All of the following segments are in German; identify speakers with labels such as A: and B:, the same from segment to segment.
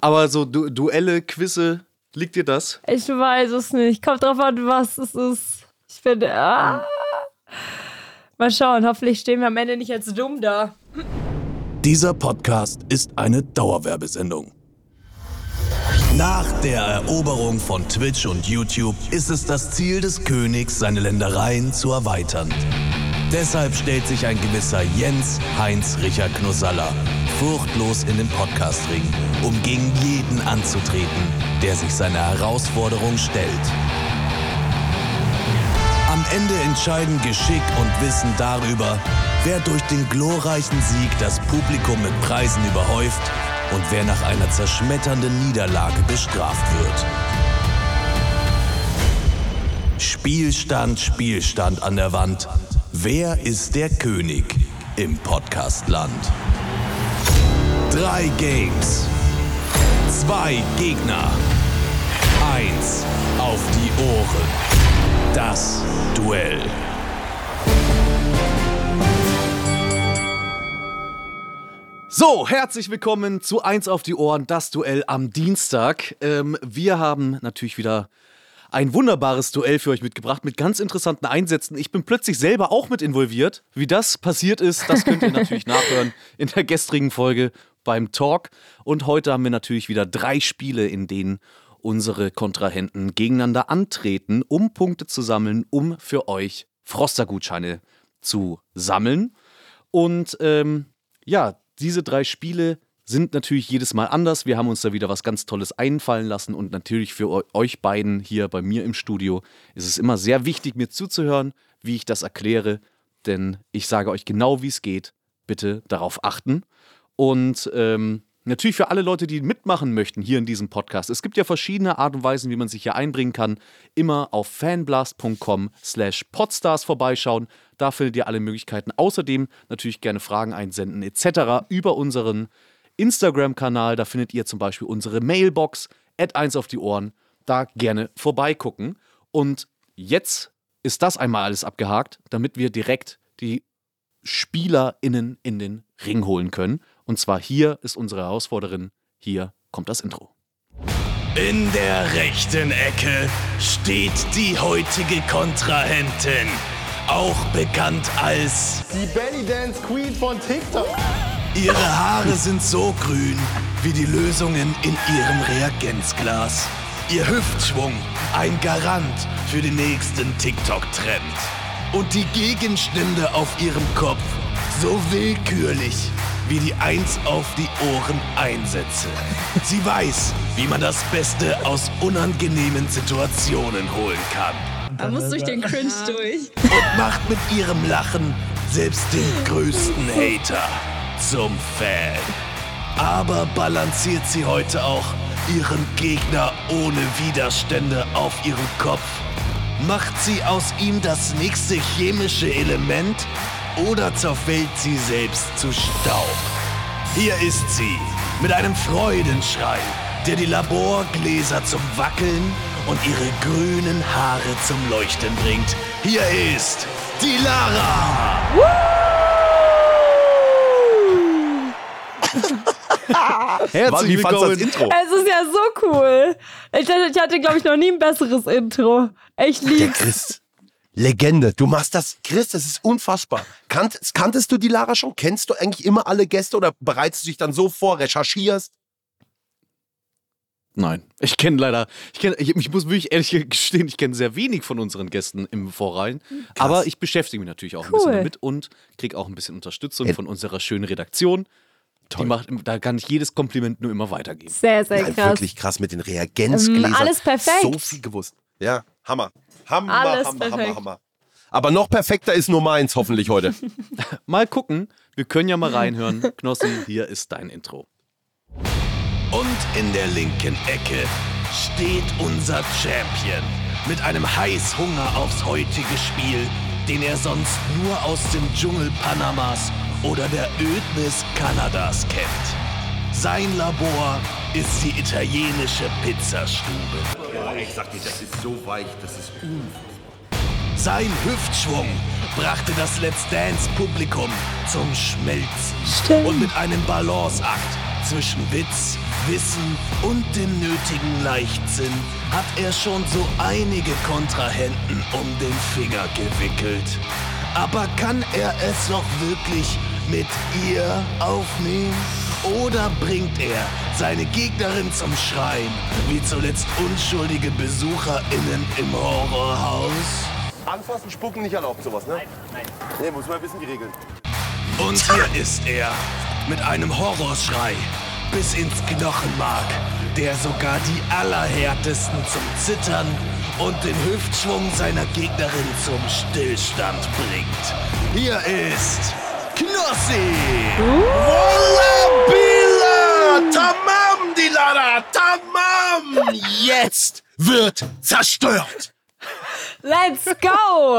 A: Aber so du Duelle, Quizze, liegt dir das?
B: Ich weiß es nicht. Kommt drauf an, was es ist. Ich bin. Ah. Mal schauen, hoffentlich stehen wir am Ende nicht als dumm da.
C: Dieser Podcast ist eine Dauerwerbesendung. Nach der Eroberung von Twitch und YouTube ist es das Ziel des Königs, seine Ländereien zu erweitern. Deshalb stellt sich ein gewisser Jens Heinz Richer Knusaller furchtlos in den Podcastring, um gegen jeden anzutreten, der sich seiner Herausforderung stellt. Am Ende entscheiden Geschick und Wissen darüber, wer durch den glorreichen Sieg das Publikum mit Preisen überhäuft und wer nach einer zerschmetternden Niederlage bestraft wird. Spielstand, Spielstand an der Wand. Wer ist der König im Podcastland? Drei Games. Zwei Gegner. Eins auf die Ohren. Das Duell.
A: So, herzlich willkommen zu Eins auf die Ohren, das Duell am Dienstag. Ähm, wir haben natürlich wieder ein wunderbares Duell für euch mitgebracht mit ganz interessanten Einsätzen. Ich bin plötzlich selber auch mit involviert. Wie das passiert ist, das könnt ihr natürlich nachhören in der gestrigen Folge beim Talk. Und heute haben wir natürlich wieder drei Spiele, in denen unsere Kontrahenten gegeneinander antreten, um Punkte zu sammeln, um für euch Froster-Gutscheine zu sammeln. Und ähm, ja, diese drei Spiele sind natürlich jedes Mal anders. Wir haben uns da wieder was ganz Tolles einfallen lassen und natürlich für euch beiden hier bei mir im Studio ist es immer sehr wichtig, mir zuzuhören, wie ich das erkläre, denn ich sage euch genau, wie es geht. Bitte darauf achten. Und ähm, natürlich für alle Leute, die mitmachen möchten hier in diesem Podcast. Es gibt ja verschiedene Art und Weisen, wie man sich hier einbringen kann. Immer auf fanblast.com slash podstars vorbeischauen. Da findet ihr alle Möglichkeiten. Außerdem natürlich gerne Fragen einsenden etc. über unseren Instagram-Kanal. Da findet ihr zum Beispiel unsere Mailbox, at 1 auf die Ohren. Da gerne vorbeigucken. Und jetzt ist das einmal alles abgehakt, damit wir direkt die SpielerInnen in den Ring holen können. Und zwar hier ist unsere Herausforderin. Hier kommt das Intro.
C: In der rechten Ecke steht die heutige Kontrahentin, auch bekannt als
D: die Belly Dance Queen von TikTok.
C: Ihre Haare sind so grün wie die Lösungen in ihrem Reagenzglas. Ihr Hüftschwung ein Garant für den nächsten TikTok-Trend. Und die Gegenstände auf ihrem Kopf so willkürlich wie die Eins auf die Ohren Einsätze. Sie weiß, wie man das Beste aus unangenehmen Situationen holen kann.
E: Man muss durch den Cringe durch.
C: Und macht mit ihrem Lachen selbst den größten Hater zum Fan. Aber balanciert sie heute auch ihren Gegner ohne Widerstände auf ihren Kopf? Macht sie aus ihm das nächste chemische Element oder zerfällt sie selbst zu Staub? Hier ist sie mit einem Freudenschrei, der die Laborgläser zum Wackeln und ihre grünen Haare zum Leuchten bringt. Hier ist die Lara! Woo!
A: Herzlich Mann, wie willkommen.
B: Das Intro? Es ist ja so cool. Ich hatte, ich hatte glaube ich, noch nie ein besseres Intro. Echt lieb's.
F: Der Chris. Legende. Du machst das, Chris, das ist unfassbar. Kannt, kanntest du die Lara schon? Kennst du eigentlich immer alle Gäste oder bereitest du dich dann so vor, recherchierst?
A: Nein, ich kenne leider, ich, kenn, ich, ich muss wirklich ehrlich gestehen, ich kenne sehr wenig von unseren Gästen im Vorrein. Krass. Aber ich beschäftige mich natürlich auch cool. ein bisschen damit und kriege auch ein bisschen Unterstützung Ä von unserer schönen Redaktion. Toll. Die macht, da kann ich jedes Kompliment nur immer weitergeben.
B: Sehr, sehr Nein, krass. Mm,
F: Wirklich krass mit den Reagenzgläsern. Ähm,
B: alles perfekt.
F: So viel gewusst. Ja, Hammer. Hammer,
B: alles
F: Hammer,
B: perfekt.
F: Hammer, Hammer. Aber noch perfekter ist nur meins, hoffentlich heute.
A: mal gucken. Wir können ja mal reinhören. Knossi, hier ist dein Intro.
C: Und in der linken Ecke steht unser Champion mit einem Heißhunger aufs heutige Spiel, den er sonst nur aus dem Dschungel Panamas oder der Ödnis Kanadas kennt. Sein Labor ist die italienische Pizzastube.
G: Boah, ich sag dir, das ist so weich, das ist unfassbar.
C: Sein Hüftschwung brachte das Let's Dance Publikum zum Schmelzen.
B: Stimmt.
C: Und mit einem Balanceakt Zwischen Witz, Wissen und dem nötigen Leichtsinn hat er schon so einige Kontrahenten um den Finger gewickelt. Aber kann er es noch wirklich mit ihr aufnehmen? Oder bringt er seine Gegnerin zum Schreien, wie zuletzt unschuldige BesucherInnen im Horrorhaus?
D: Anfassen, spucken nicht erlaubt, sowas, ne? Nein, nein. Nee, muss man wissen, die Regeln.
C: Und hier ist er mit einem Horrorschrei bis ins Knochenmark, der sogar die Allerhärtesten zum Zittern und den Hüftschwung seiner Gegnerin zum Stillstand bringt. Hier ist Knossi!
F: Bila! Tamam, die Lada! Tamam! Jetzt wird zerstört!
B: Let's go!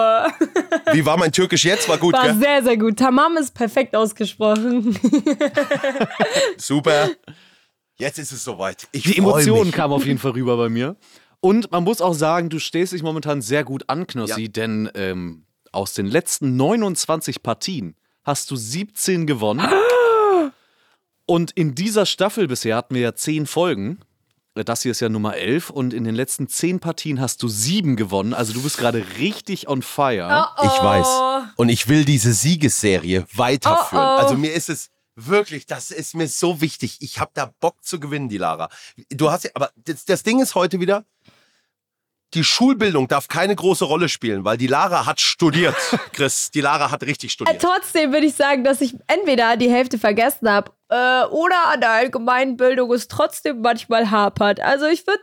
F: Wie war mein Türkisch jetzt? War gut,
B: War
F: gell?
B: sehr, sehr gut. Tamam ist perfekt ausgesprochen.
F: Super. Jetzt ist es soweit. Ich
A: Die
F: freu
A: Emotionen
F: mich.
A: kamen auf jeden Fall rüber bei mir. Und man muss auch sagen, du stehst dich momentan sehr gut an, Knossi, denn ähm, aus den letzten 29 Partien hast du 17 gewonnen. Und in dieser Staffel bisher hatten wir ja 10 Folgen. Das hier ist ja Nummer 11. Und in den letzten 10 Partien hast du 7 gewonnen. Also du bist gerade richtig on fire.
F: Ich weiß. Und ich will diese Siegesserie weiterführen.
B: Oh, oh.
F: Also mir ist es wirklich, das ist mir so wichtig. Ich habe da Bock zu gewinnen, die Lara. Du hast ja, aber das, das Ding ist heute wieder, die Schulbildung darf keine große Rolle spielen, weil die Lara hat studiert, Chris. Die Lara hat
B: Äh,
F: richtig studiert.
A: Also-
B: Trotzdem würde ich sagen, dass ich entweder die Hälfte vergessen habe äh, oder an der allgemeinen Bildung es trotzdem manchmal hapert. Also ich würde,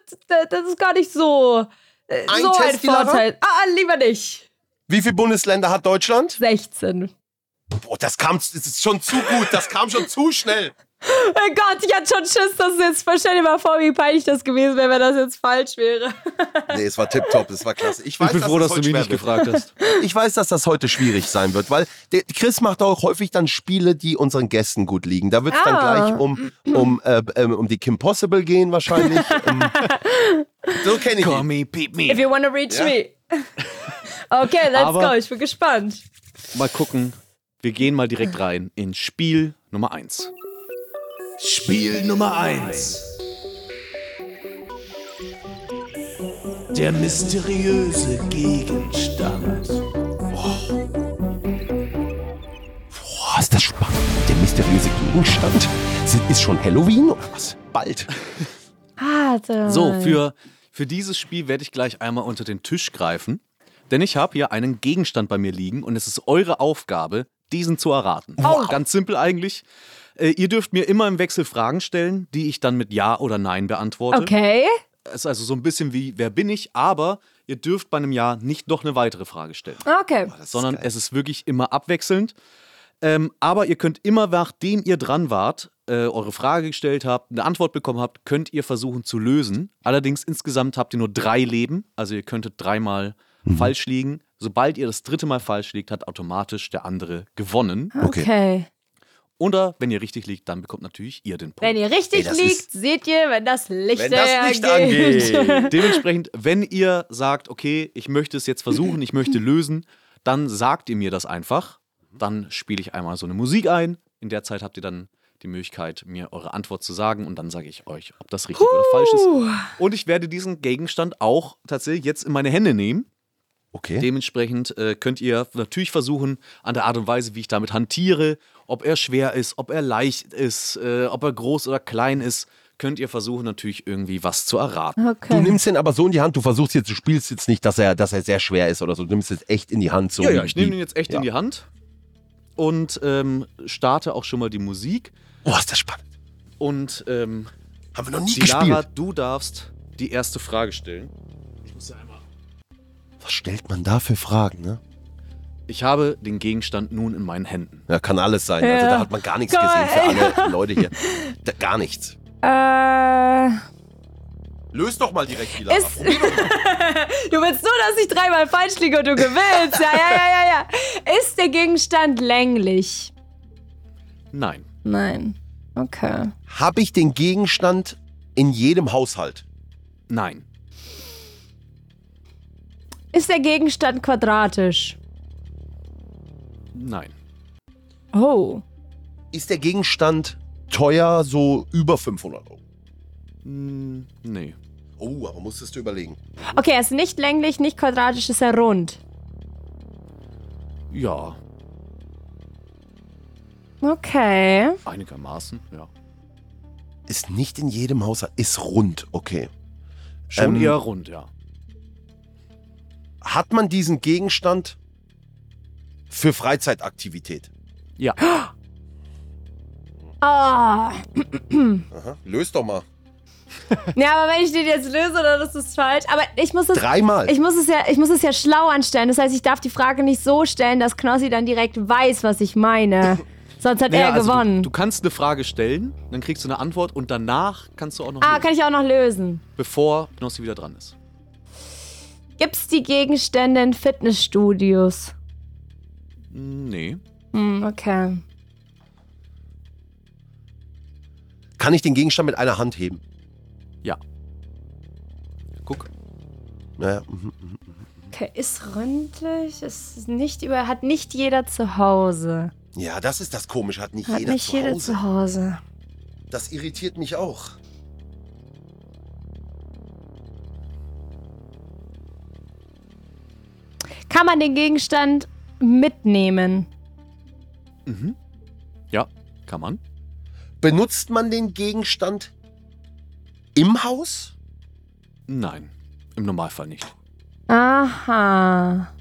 B: das ist gar nicht so, äh,
F: Ein
B: so
F: Test,
B: ein
F: die Lara?
B: Vorteil. Ah, lieber nicht.
F: Wie viele Bundesländer hat Deutschland?
B: 16.
F: Boah, das kam, das ist schon zu gut, das kam schon zu schnell.
B: Mein Oh Gott, ich hatte schon Schiss, dass es jetzt. Stell dir mal vor, wie peinlich das gewesen wäre, wenn das jetzt falsch wäre.
F: Nee, es war tipptopp, es war klasse. Ich, weiß,
A: ich bin
F: dass
A: froh,
F: es
A: dass du
F: heute
A: mich
F: schwer
A: nicht
F: wird.
A: gefragt hast.
F: Ich weiß, dass das heute schwierig sein wird, weil der Chris macht auch häufig dann Spiele, die unseren Gästen gut liegen. Da wird es
B: Ah.
F: dann gleich um, um, äh, ähm, um die Kim Possible gehen wahrscheinlich. ähm, so kenne ich ihn.
A: me, peep me.
B: If you wanna reach me. Okay, let's
A: Aber-
B: go. Ich bin gespannt.
A: Mal gucken. Wir gehen mal direkt rein in Spiel Nummer 1.
C: Spiel Nummer 1. Der mysteriöse Gegenstand.
F: Boah, ist das spannend. Der mysteriöse Gegenstand. Sind- Ist schon Halloween oder was? Bald.
B: Warte.
A: So, für, für dieses Spiel werde ich gleich einmal unter den Tisch greifen, denn ich habe hier einen Gegenstand bei mir liegen und es ist eure Aufgabe, diesen zu erraten. Ganz simpel eigentlich. Äh, ihr dürft mir immer im Wechsel Fragen stellen, die ich dann mit Ja oder Nein beantworte.
B: Okay.
A: Es ist also so ein bisschen wie, wer bin ich? Aber ihr dürft bei einem Ja nicht noch eine weitere Frage stellen
B: Okay.
A: sondern es ist wirklich immer abwechselnd. Ähm, aber ihr könnt immer, nachdem ihr dran wart, äh, eure Frage gestellt habt, eine Antwort bekommen habt, könnt ihr versuchen zu lösen. Allerdings insgesamt habt ihr nur drei Leben, also ihr könntet dreimal falsch liegen. Sobald ihr das dritte Mal falsch liegt, hat automatisch der andere gewonnen.
B: Okay.
A: Oder wenn ihr richtig liegt, dann bekommt natürlich ihr den
B: Wenn
A: Punkt.
B: ihr richtig
F: Ey, das
B: liegt,
F: ist-
B: seht ihr, wenn das Licht
F: Wenn das nicht
B: hergeht.
F: angeht.
A: Dementsprechend, wenn ihr sagt, okay, ich möchte es jetzt versuchen, ich möchte lösen, dann sagt ihr mir das einfach. Dann spiele ich einmal so eine Musik ein. In der Zeit habt ihr dann die Möglichkeit, mir eure Antwort zu sagen und dann sage ich euch, ob das richtig oder falsch ist. Und ich werde diesen Gegenstand auch tatsächlich jetzt in meine Hände nehmen.
F: Okay.
A: Dementsprechend äh, könnt ihr natürlich versuchen, an der Art und Weise, wie ich damit hantiere, ob er schwer ist, ob er leicht ist, äh, ob er groß oder klein ist, könnt ihr versuchen, natürlich irgendwie was zu erraten.
F: Du
B: Okay.
F: nimmst den aber so in die Hand, du versuchst jetzt, du spielst jetzt nicht, dass er, dass er sehr schwer ist oder so. Du nimmst jetzt echt in die Hand. So
A: Ja,
F: wie-
A: ja, ich nehme
F: wie-
A: ihn jetzt echt
F: Ja.
A: in die Hand und ähm, starte auch schon mal die Musik.
F: Boah, Oh, ist das spannend.
A: Und ähm,
F: Haben wir noch nie
A: die
F: gespielt.
A: Lara, du darfst die erste Frage stellen.
F: Was stellt man da für Fragen, ne?
A: Ich habe den Gegenstand nun in meinen Händen.
F: Ja, kann alles sein. Also
B: Ja.
F: da hat man gar nichts
B: Geil.
F: gesehen für alle Leute hier. Da, gar nichts.
B: Äh,
F: Löst doch mal direkt die
B: ist, du willst nur, dass ich dreimal falsch liege und du gewinnst. Ja, ja, ja, ja, ja. Ist der Gegenstand länglich?
A: Nein.
B: Nein. Okay.
F: Habe ich den Gegenstand in jedem Haushalt?
A: Nein.
B: Ist der Gegenstand quadratisch?
A: Nein.
B: Oh.
F: Ist der Gegenstand teuer so über 500 Euro.
A: Hm, Nee.
F: Oh, aber musstest du überlegen.
B: Okay, er ist nicht länglich, nicht quadratisch, ist er rund.
A: Ja,
B: Okay.
A: einigermaßen, ja.
F: Ist nicht in jedem Haus, ist rund, okay.
A: Schon
F: Ähm,
A: eher rund, ja.
F: Hat man diesen Gegenstand für Freizeitaktivität?
A: Ja.
B: Ah.
F: Aha. Löst doch mal.
B: Ja, aber wenn ich den jetzt löse, dann ist es falsch. Aber ich muss es,
F: Dreimal.
B: ich muss es ja, ich muss es ja schlau anstellen. Das heißt, ich darf die Frage nicht so stellen, dass Knossi dann direkt weiß, was ich meine. Sonst hat
A: Naja,
B: er
A: also
B: gewonnen.
A: Du, du kannst eine Frage stellen, dann kriegst du eine Antwort und danach kannst du auch noch,
B: ah,
A: lösen,
B: kann ich auch noch lösen.
A: bevor Knossi wieder dran ist.
B: Gibt's die Gegenstände in Fitnessstudios?
A: Nee.
B: Hm, okay.
F: Kann ich den Gegenstand mit einer Hand heben?
A: Ja. Guck.
F: Naja, mhm.
B: Okay, ist ründlich, ist nicht über, hat nicht jeder zu Hause.
F: ja, das ist das Komische. Hat nicht
B: Hat
F: jeder
B: nicht
F: zu
B: jeder
F: Hause.
B: zu Hause.
F: Das irritiert mich auch.
B: Kann man den Gegenstand mitnehmen?
A: Ja, kann man.
F: Benutzt man den Gegenstand im Haus?
A: Nein. Im Normalfall nicht.
B: Aha.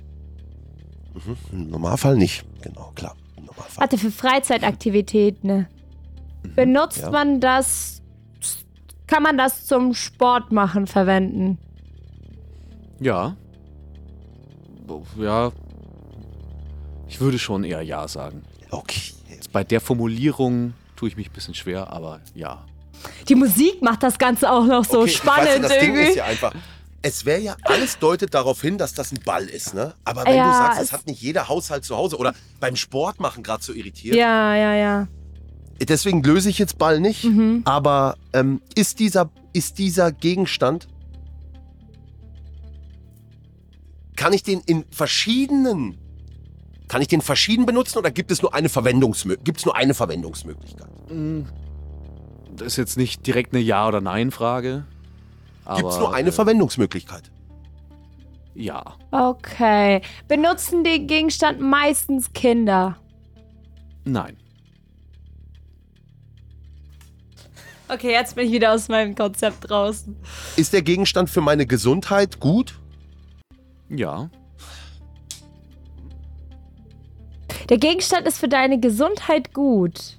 F: Im Normalfall nicht. Genau, klar. Im Normalfall.
B: Warte, für Freizeitaktivitäten. Ne? Benutzt
F: Mhm, ja.
B: man das? Kann man das zum Sport machen verwenden?
A: Ja. Bo- Ja. Ich würde schon eher Ja sagen.
F: Okay.
A: Jetzt bei der Formulierung tue ich mich ein bisschen schwer, aber ja.
B: Die Musik macht das Ganze auch noch so
F: okay. weißt du,
B: spannend
F: das Ding
B: irgendwie.
F: ist ja einfach. Es wäre ja, alles deutet darauf hin, dass das ein Ball ist, ne? Aber wenn
B: Ja,
F: du sagst, es
B: es-
F: hat nicht jeder Haushalt zu Hause oder beim Sport machen gerade so irritiert.
B: ja, ja, ja.
F: Deswegen löse ich jetzt Ball nicht.
B: Mhm.
F: Aber ähm, ist, dieser, ist dieser Gegenstand. Kann ich den in verschiedenen. Kann ich den verschieden benutzen oder gibt es nur eine, Verwendungsmö gibt's nur eine Verwendungsmöglichkeit?
A: Das ist jetzt nicht direkt eine Ja- oder Nein-Frage.
F: Gibt es nur
A: aber,
F: eine
A: äh,
F: Verwendungsmöglichkeit?
A: Ja.
B: Okay. Benutzen den Gegenstand meistens Kinder?
A: Nein.
B: Okay, jetzt bin ich wieder aus meinem Konzept draußen.
F: Ist der Gegenstand für meine Gesundheit gut?
A: Ja.
B: Der Gegenstand ist für deine Gesundheit gut.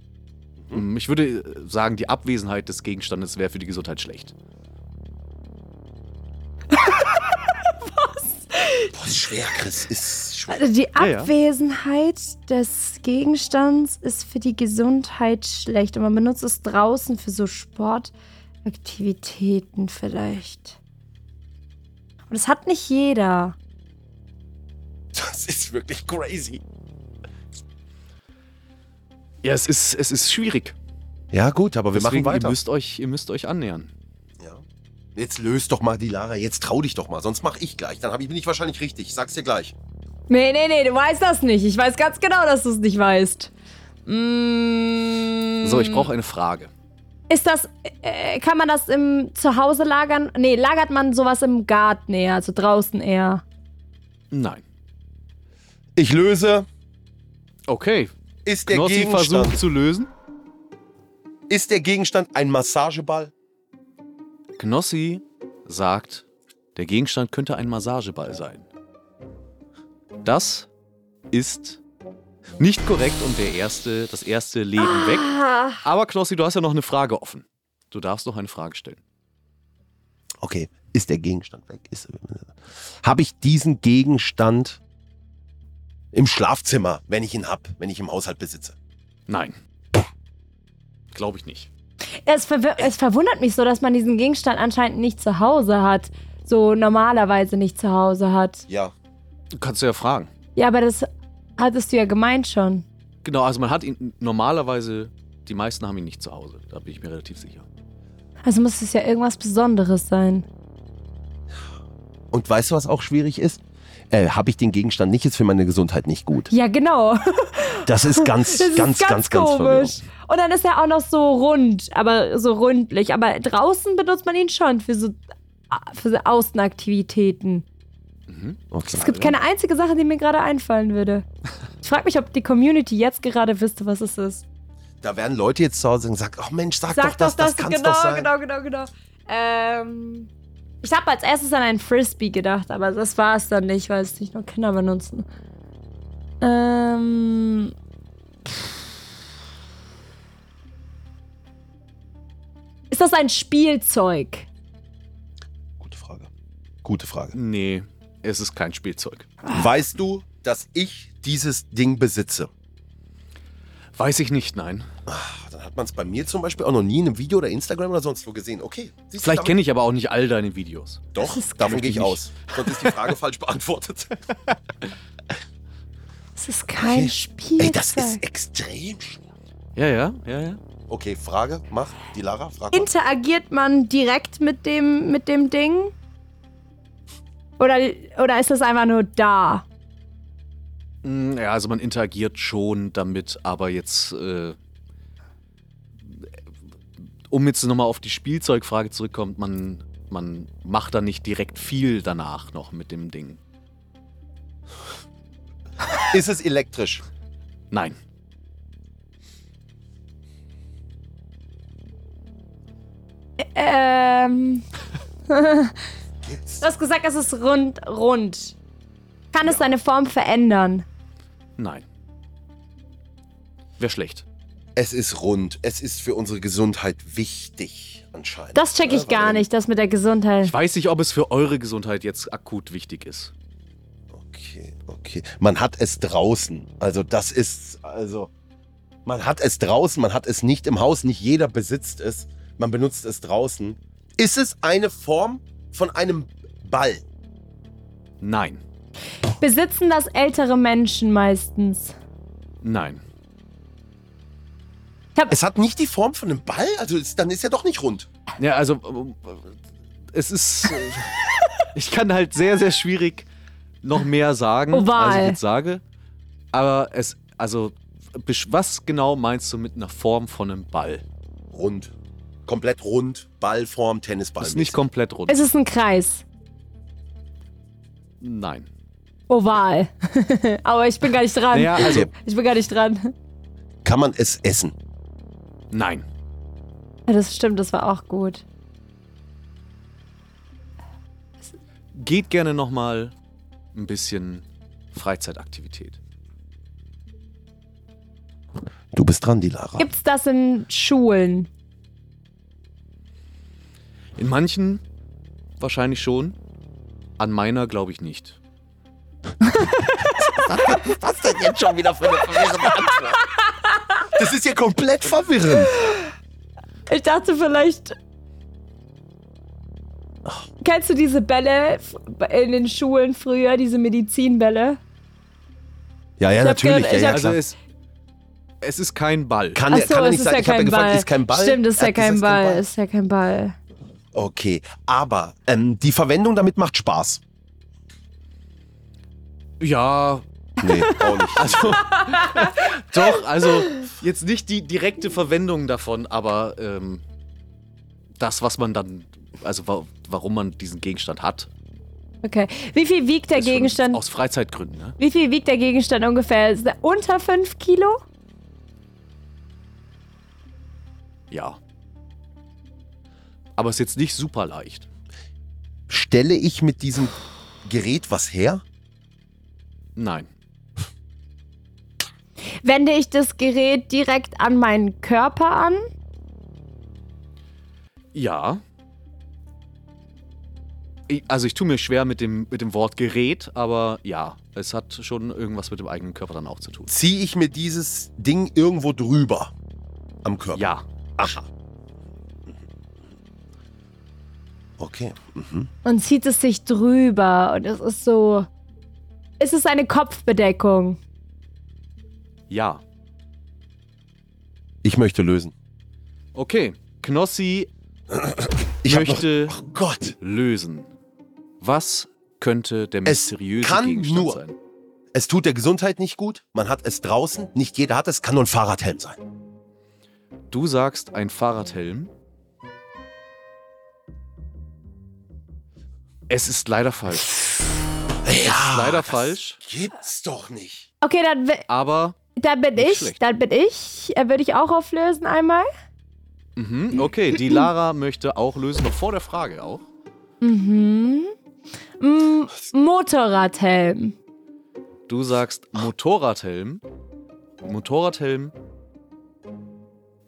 A: Hm, Ich würde äh, sagen, die Abwesenheit des Gegenstandes wäre für die Gesundheit schlecht.
F: Boah, ist schwer, Chris. Ist schwer.
B: Also die
A: Ja, ja.
B: Abwesenheit des Gegenstands ist für die Gesundheit schlecht und man benutzt es draußen für so Sportaktivitäten vielleicht. Und das hat nicht jeder.
F: Das ist wirklich crazy.
A: Ja, es ist, es ist schwierig.
F: Ja, gut, aber wir
A: Deswegen,
F: machen
A: Ihr
F: weiter.
A: müsst, euch, ihr müsst euch annähern.
F: Ja. Jetzt löst doch mal die Lara, jetzt trau dich doch mal, sonst mach ich gleich. Dann hab ich, bin ich wahrscheinlich richtig. Ich sag's dir gleich.
B: Nee, nee, nee, du weißt das nicht. Ich weiß ganz genau, dass du es nicht weißt. Mm,
A: So,
F: Hm.
A: ich brauche eine Frage.
B: Ist das, äh, kann man das im Zuhause lagern? Nee, lagert man sowas im Garten eher, also draußen eher?
A: Nein.
F: Ich löse.
A: Okay.
F: Ist der,
A: Knossi versucht
F: Gegenstand,
A: zu lösen.
F: ist der Gegenstand ein Massageball?
A: Knossi sagt, der Gegenstand könnte ein Massageball sein. Das ist nicht korrekt und der erste, das erste Leben
F: Ah.
A: weg.
B: Ah,
A: Aber Knossi, du hast ja noch eine Frage offen. Du darfst noch eine Frage stellen.
F: Okay, ist der Gegenstand weg? Ist, habe ich diesen Gegenstand im Schlafzimmer, wenn ich ihn hab, wenn ich im Haushalt besitze?
A: Nein. Glaube ich nicht.
B: Es, verwir- es verwundert mich so, dass man diesen Gegenstand anscheinend nicht zu Hause hat. So normalerweise nicht zu Hause hat.
F: Ja.
A: Du kannst ja fragen.
B: Ja, aber das hattest du ja gemeint schon.
A: Genau, also man hat ihn normalerweise, die meisten haben ihn nicht zu Hause. Da bin ich mir relativ sicher.
B: Also muss es ja irgendwas Besonderes sein.
F: Und weißt du, was auch schwierig ist? Äh, habe ich den Gegenstand nicht, ist für meine Gesundheit nicht gut.
B: Ja, genau.
F: Das ist ganz,
B: Das ist
F: ganz, ganz, ganz, verwirrend.
B: komisch. Und dann ist er auch noch so rund, aber so rundlich. Aber draußen benutzt man ihn schon für so, für so Außenaktivitäten.
F: Mhm. Okay.
B: Es gibt keine einzige Sache, die mir gerade einfallen würde. Ich frage mich, ob die Community jetzt gerade wüsste, was es ist.
F: Da werden Leute jetzt zu Hause und sagen, ach Mensch, sag,
B: Sag
F: doch das, das, kann's
B: genau,
F: doch sein.
B: genau, genau, genau. Ähm, ich habe als erstes an einen Frisbee gedacht, aber das war es dann nicht, weil es nicht nur Kinder benutzen. Ähm, ist das ein Spielzeug?
F: Gute Frage. Gute Frage.
A: Nee, es ist kein Spielzeug.
F: Weißt du, dass ich dieses Ding besitze?
A: Weiß ich nicht, nein.
F: Ach, Dann hat man es bei mir zum Beispiel auch noch nie in einem Video oder Instagram oder sonst wo gesehen. Okay. siehst du,
A: Vielleicht
F: damit-
A: kenne ich aber auch nicht all deine Videos.
F: Doch,
B: Das ist
F: davon
A: geil.
F: gehe ich aus. Sonst ist die Frage falsch beantwortet.
B: Es ist kein Spielzeug.
F: Ey, das ist extrem schwer.
A: Ja, ja, ja, ja.
F: Okay, Frage, mach. Die Lara, frag mal.
B: Interagiert man direkt mit dem, mit dem Ding? Oder, oder ist das einfach nur da?
A: Mm, Ja, also man interagiert schon damit, aber jetzt, äh, um jetzt nochmal auf die Spielzeugfrage zurückkommt, man, man macht da nicht direkt viel danach noch mit dem Ding.
F: Ist es elektrisch?
A: Nein.
B: Ähm. du hast gesagt, es ist rund, rund. Kann es seine Form verändern?
A: Nein. Wäre schlecht.
F: Es ist rund. Es ist für unsere Gesundheit wichtig, anscheinend.
B: Das checke ich
F: Ja,
B: gar
F: weil-
B: nicht, das mit der Gesundheit.
A: Ich weiß nicht, ob es für eure Gesundheit jetzt akut wichtig ist.
F: Okay, okay. Man hat es draußen. Also das ist, also man hat es draußen, man hat es nicht im Haus. Nicht jeder besitzt es. Man benutzt es draußen. Ist es eine Form von einem Ball?
A: Nein.
B: Besitzen das ältere Menschen meistens?
A: Nein.
F: Es hat nicht die Form von einem Ball? Also ist, dann ist ja doch nicht rund.
A: Ja, also ähm, es ist. äh, ich kann halt sehr, sehr schwierig noch mehr sagen,
B: Oval.
A: als ich jetzt sage. Aber es, also, besch- was genau meinst du mit einer Form von einem Ball?
F: Rund. Komplett rund. Ballform, Tennisball.
A: Das ist nicht komplett rund.
B: Es ist ein Kreis.
A: Nein.
B: Oval. Aber ich bin gar nicht dran.
A: Naja, also,
B: Ich bin gar nicht dran.
F: Kann man es essen?
A: nein.
B: Ja, Das stimmt, das war auch gut.
A: Geht gerne nochmal ein bisschen Freizeitaktivität.
F: Du bist dran, die Lara.
B: Gibt's das in Schulen?
A: In manchen wahrscheinlich schon, an meiner glaube ich nicht.
F: Was denn jetzt schon wieder für eine verwirrende Antwort? Das ist ja komplett verwirrend.
B: Ich dachte vielleicht.
A: Oh.
B: Kennst du diese Bälle f- in den Schulen früher, diese Medizinbälle?
F: Ja, ja,
B: Ich hab
F: natürlich.
B: gehört, ich
F: ja, ja,
B: hab-
A: Also
F: klar.
A: es, es ist kein Ball.
F: Kann,
B: Ach
F: der-
B: so,
F: kann er
B: es
F: nicht
B: ist
F: sagen,
B: ja
F: ich habe ja
B: kein
F: gefragt,
B: Ball.
F: ist kein Ball.
B: Stimmt, es ist
F: Er
B: ja
F: hat gesagt,
B: kein
F: es ist
B: Ball. Es ist ja kein Ball.
F: Okay, aber ähm, die Verwendung damit macht Spaß.
A: Ja,
F: Nee, auch nicht. Also,
A: Doch, also jetzt nicht die direkte Verwendung davon, aber ähm, das, was man dann, also wa warum man diesen Gegenstand hat.
B: Okay. Wie viel wiegt der
A: ist schon
B: Gegenstand?
A: Aus Freizeitgründen, ne?
B: Wie viel wiegt der Gegenstand ungefähr? Ist der unter 5 Kilo?
A: Ja. Aber ist jetzt nicht super leicht.
F: stelle ich mit diesem Gerät was her?
A: Nein.
B: Wende ich das Gerät direkt an meinen Körper an?
A: Ja. Ich, also ich tue mir schwer mit dem, mit dem Wort Gerät, aber ja, es hat schon irgendwas mit dem eigenen Körper dann auch zu tun.
F: Ziehe ich mir dieses Ding irgendwo drüber am Körper?
A: Ja.
F: Aha. Okay. Mhm.
B: Und zieht es sich drüber? Und es ist so. Ist es eine Kopfbedeckung?
A: Ja.
F: Ich möchte lösen.
A: Okay. Knossi
F: Ich hab
A: möchte.
F: Noch, oh Gott.
A: lösen. Was könnte der
F: Es
A: mysteriöse
F: kann
A: Gegenstand
F: nur-
A: sein?
F: Es tut der Gesundheit nicht gut. Man hat es draußen. Nicht jeder hat es. Kann nur ein Fahrradhelm sein.
A: Du sagst ein Fahrradhelm. Es ist leider falsch.
F: Ja,
A: Leider
F: das
A: falsch.
F: Gibt's doch nicht.
B: Okay, dann, wi-
A: Aber,
B: dann bin
A: Nicht
B: ich.
A: schlecht.
B: Dann bin ich. Äh, Würde ich auch auflösen einmal.
A: mhm, okay, die Lara möchte auch lösen, noch vor der Frage auch.
B: Mm, Motorradhelm.
A: Du sagst Motorradhelm. Motorradhelm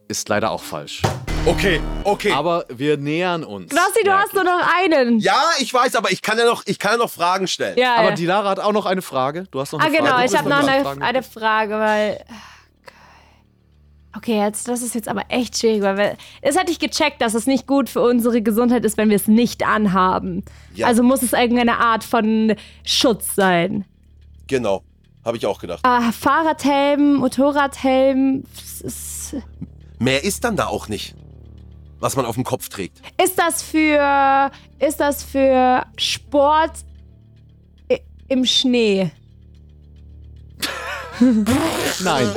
A: ist leider auch falsch.
F: Okay, okay.
A: Aber wir nähern uns.
B: Knossi, du hast nur noch einen.
F: ja, ich weiß, aber ich kann ja noch, ich kann ja noch Fragen stellen.
B: ja.
A: Aber
B: ja.
A: die Lara hat auch noch eine Frage. Du hast noch
B: Ah,
A: eine Frage.
B: genau,
A: Du
B: ich
A: bist
B: habe noch eine,
A: Frage.
B: eine Frage, weil. ah, Okay, jetzt, das ist jetzt aber echt schwierig, weil wir, das hatte ich gecheckt, dass es nicht gut für unsere Gesundheit ist, wenn wir es nicht anhaben.
F: Ja.
B: Also muss es irgendeine Art von Schutz sein.
F: Genau. Habe ich auch gedacht.
B: Ah, Fahrradhelm, Motorradhelm, es ist,
F: Mehr ist dann da auch nicht, was man auf dem Kopf trägt.
B: ist das für, ist das für Sport i- im Schnee?
A: Nein,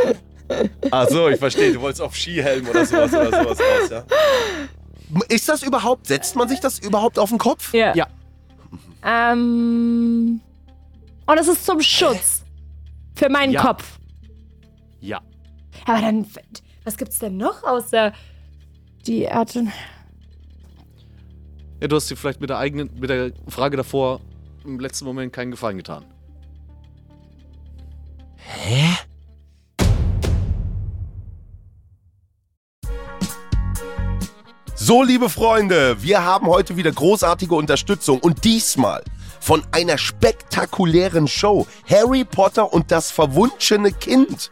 F: Ach so, ich verstehe. Du wolltest auf Skihelm oder sowas oder sowas raus, ja? Ist das überhaupt, setzt man sich das überhaupt auf den Kopf?
A: Ja.
B: Ähm, und es ist zum Schutz für meinen
A: Ja.
B: Kopf.
A: ja.
B: Aber dann, was gibt's denn noch außer die Art und.
A: ja. Du hast dir vielleicht mit der eigenen, mit der Frage davor im letzten Moment keinen Gefallen getan.
F: So, liebe Freunde, wir haben heute wieder großartige Unterstützung und diesmal von einer spektakulären Show Harry Potter und das verwunschene Kind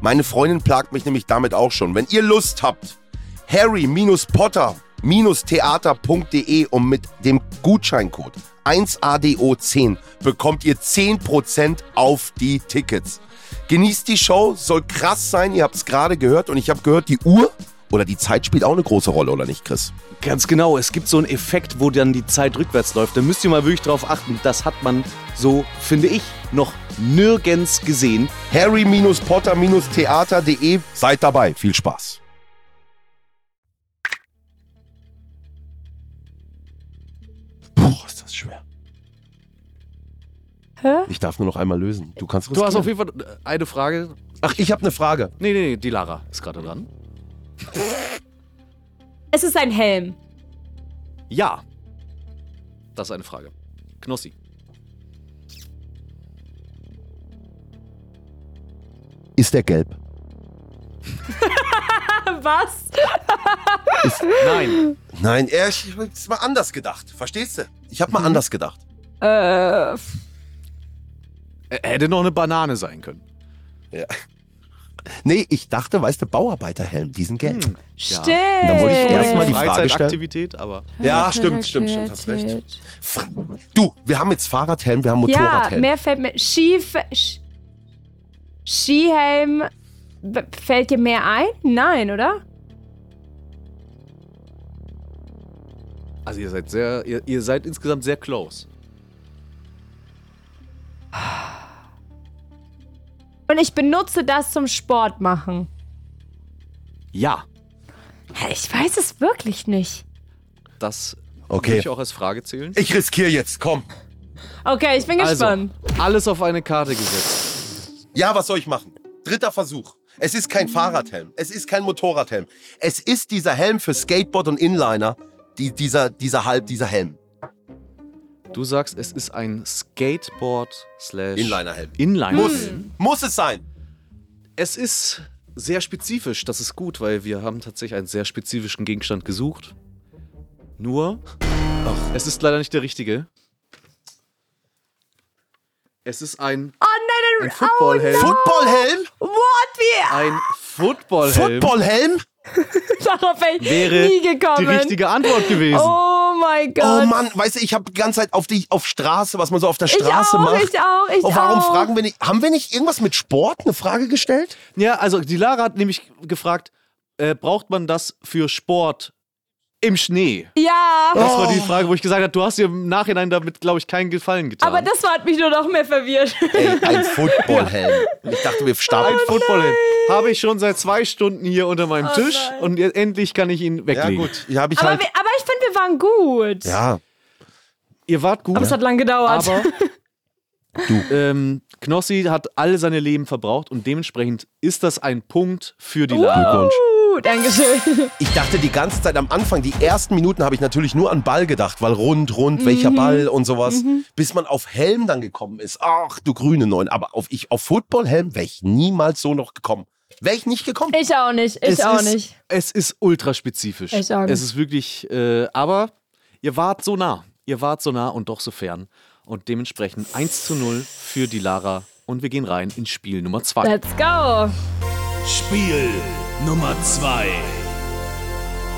F: Meine Freundin plagt mich nämlich damit auch schon. Wenn ihr Lust habt, harry-potter-theater.de und um mit dem Gutscheincode 1ADO10 bekommt ihr 10% auf die Tickets. Genießt die Show, soll krass sein, ihr habt es gerade gehört und ich habe gehört, die Uhr oder die Zeit spielt auch eine große Rolle, oder nicht, Chris?
H: Ganz genau, es gibt so einen Effekt, wo dann die Zeit rückwärts läuft. Da müsst ihr mal wirklich drauf achten. Das hat man, so finde ich, noch nirgends gesehen.
F: harry-potter-theater.de. Seid dabei. Viel Spaß. Boah, ist das schwer.
B: Hä?
F: Ich darf nur noch einmal lösen. Du kannst
A: Du hast auf
F: riskieren.
A: jeden Fall äh, eine Frage.
F: Ach, ich habe eine Frage.
A: Nee, nee, nee, die Lara ist gerade dran.
B: Es ist ein Helm.
A: Ja. Das ist eine Frage. Knossi.
F: Ist der gelb?
B: Was?
A: Nein.
F: Nein, er ich hab's mal anders gedacht. Verstehst du? Ich habe mal anders gedacht.
B: Äh,
A: Er hätte noch eine Banane sein können.
F: Nee, ich dachte, weißt du, Bauarbeiterhelm, die sind gelb.
B: stimmt.
F: Da wollte ich erst mal Äh. die Frage stellen.
A: Freizeitaktivität, aber.
F: Ja, Ah,
B: Hm.
F: stimmt, stimmt, stimmt, hast recht. Fra du, wir haben jetzt Fahrradhelm, wir haben
B: Ja,
F: Motorradhelm.
B: mehr fällt mir. Ski, Sch- Skihelm b- fällt dir mehr ein? Nein, oder?
A: Also ihr seid sehr, ihr, ihr seid insgesamt sehr close.
B: und ich benutze das zum Sport machen?
A: Ja,
B: Hä, Ich weiß es wirklich nicht.
A: das würde
F: Okay.
A: ich auch als Frage zählen.
F: Ich riskiere jetzt, komm.
B: Okay, ich bin
A: Also,
B: gespannt.
A: alles auf eine Karte gesetzt.
F: Ja, was soll ich machen? Dritter Versuch. Es ist kein Fahrradhelm. Es ist kein Motorradhelm. Es ist dieser Helm für Skateboard und Inliner. Die, dieser, dieser Halb, dieser Helm.
A: Du sagst, es ist ein Skateboard slash
F: Inlinerhelm.
A: Inliner.
F: Muss,
B: Hm.
F: muss es sein.
A: Es ist sehr spezifisch, das ist gut, weil wir haben tatsächlich einen sehr spezifischen Gegenstand gesucht. Nur, es ist leider nicht der richtige. Es ist ein,
B: Oh nein,
A: ein Footballhelm.
F: Footballhelm?
B: what? Wie?
A: Ein Footballhelm
F: Footballhelm?
B: Darauf wäre ich
A: wäre
B: nie
A: die
B: gekommen.
A: richtige Antwort gewesen.
B: Oh mein Gott.
F: Oh Mann, weißt du, ich habe die ganze Zeit auf die auf Straße, was man so auf der
B: Ich
F: Straße
B: auch,
F: macht.
B: ich auch, ich
F: oh, warum
B: auch.
F: fragen wir nicht? Haben wir nicht irgendwas mit Sport eine Frage gestellt?
A: Ja, also die Lara hat nämlich gefragt, äh, braucht man das für Sport im Schnee?
B: Ja,
A: Das war die Frage, wo ich gesagt habe, du hast dir im Nachhinein damit, glaube ich, keinen Gefallen getan.
B: aber das hat mich nur noch mehr verwirrt.
F: Ey, ein Footballhelm. Ich dachte, wir starten.
A: Ein Footballhelm habe ich schon seit zwei Stunden hier unter meinem Tisch
B: Oh, nein.
A: und jetzt endlich kann ich ihn
F: ja
A: weglegen.
F: gut, ja, habe ich
B: aber,
F: halt.
B: wir, aber ich finde, wir waren gut.
F: Ja,
A: Ihr wart gut,
B: Aber es hat lang gedauert.
A: aber ähm, Knossi hat alle seine Leben verbraucht und dementsprechend ist das ein Punkt für die Lara.
B: Uh, Dankeschön.
F: ich dachte die ganze Zeit am Anfang, die ersten Minuten habe ich natürlich nur an Ball gedacht, weil rund, rund, welcher Ball und sowas, bis man auf Helm dann gekommen ist. Ach, du grüne Neun, aber auf ich auf Footballhelm wäre ich niemals so noch gekommen. Wäre ich nicht gekommen.
B: Ich auch nicht. Ich
A: es
B: auch
A: ist,
B: nicht.
A: Es ist ultra spezifisch.
B: Ich auch nicht.
A: Es ist wirklich, äh, aber ihr wart so nah. Ihr wart so nah und doch so fern. Und dementsprechend 1 zu 0 für die Lara. Und wir gehen rein in Spiel Nummer 2.
B: Let's go.
C: Spiel Nummer 2.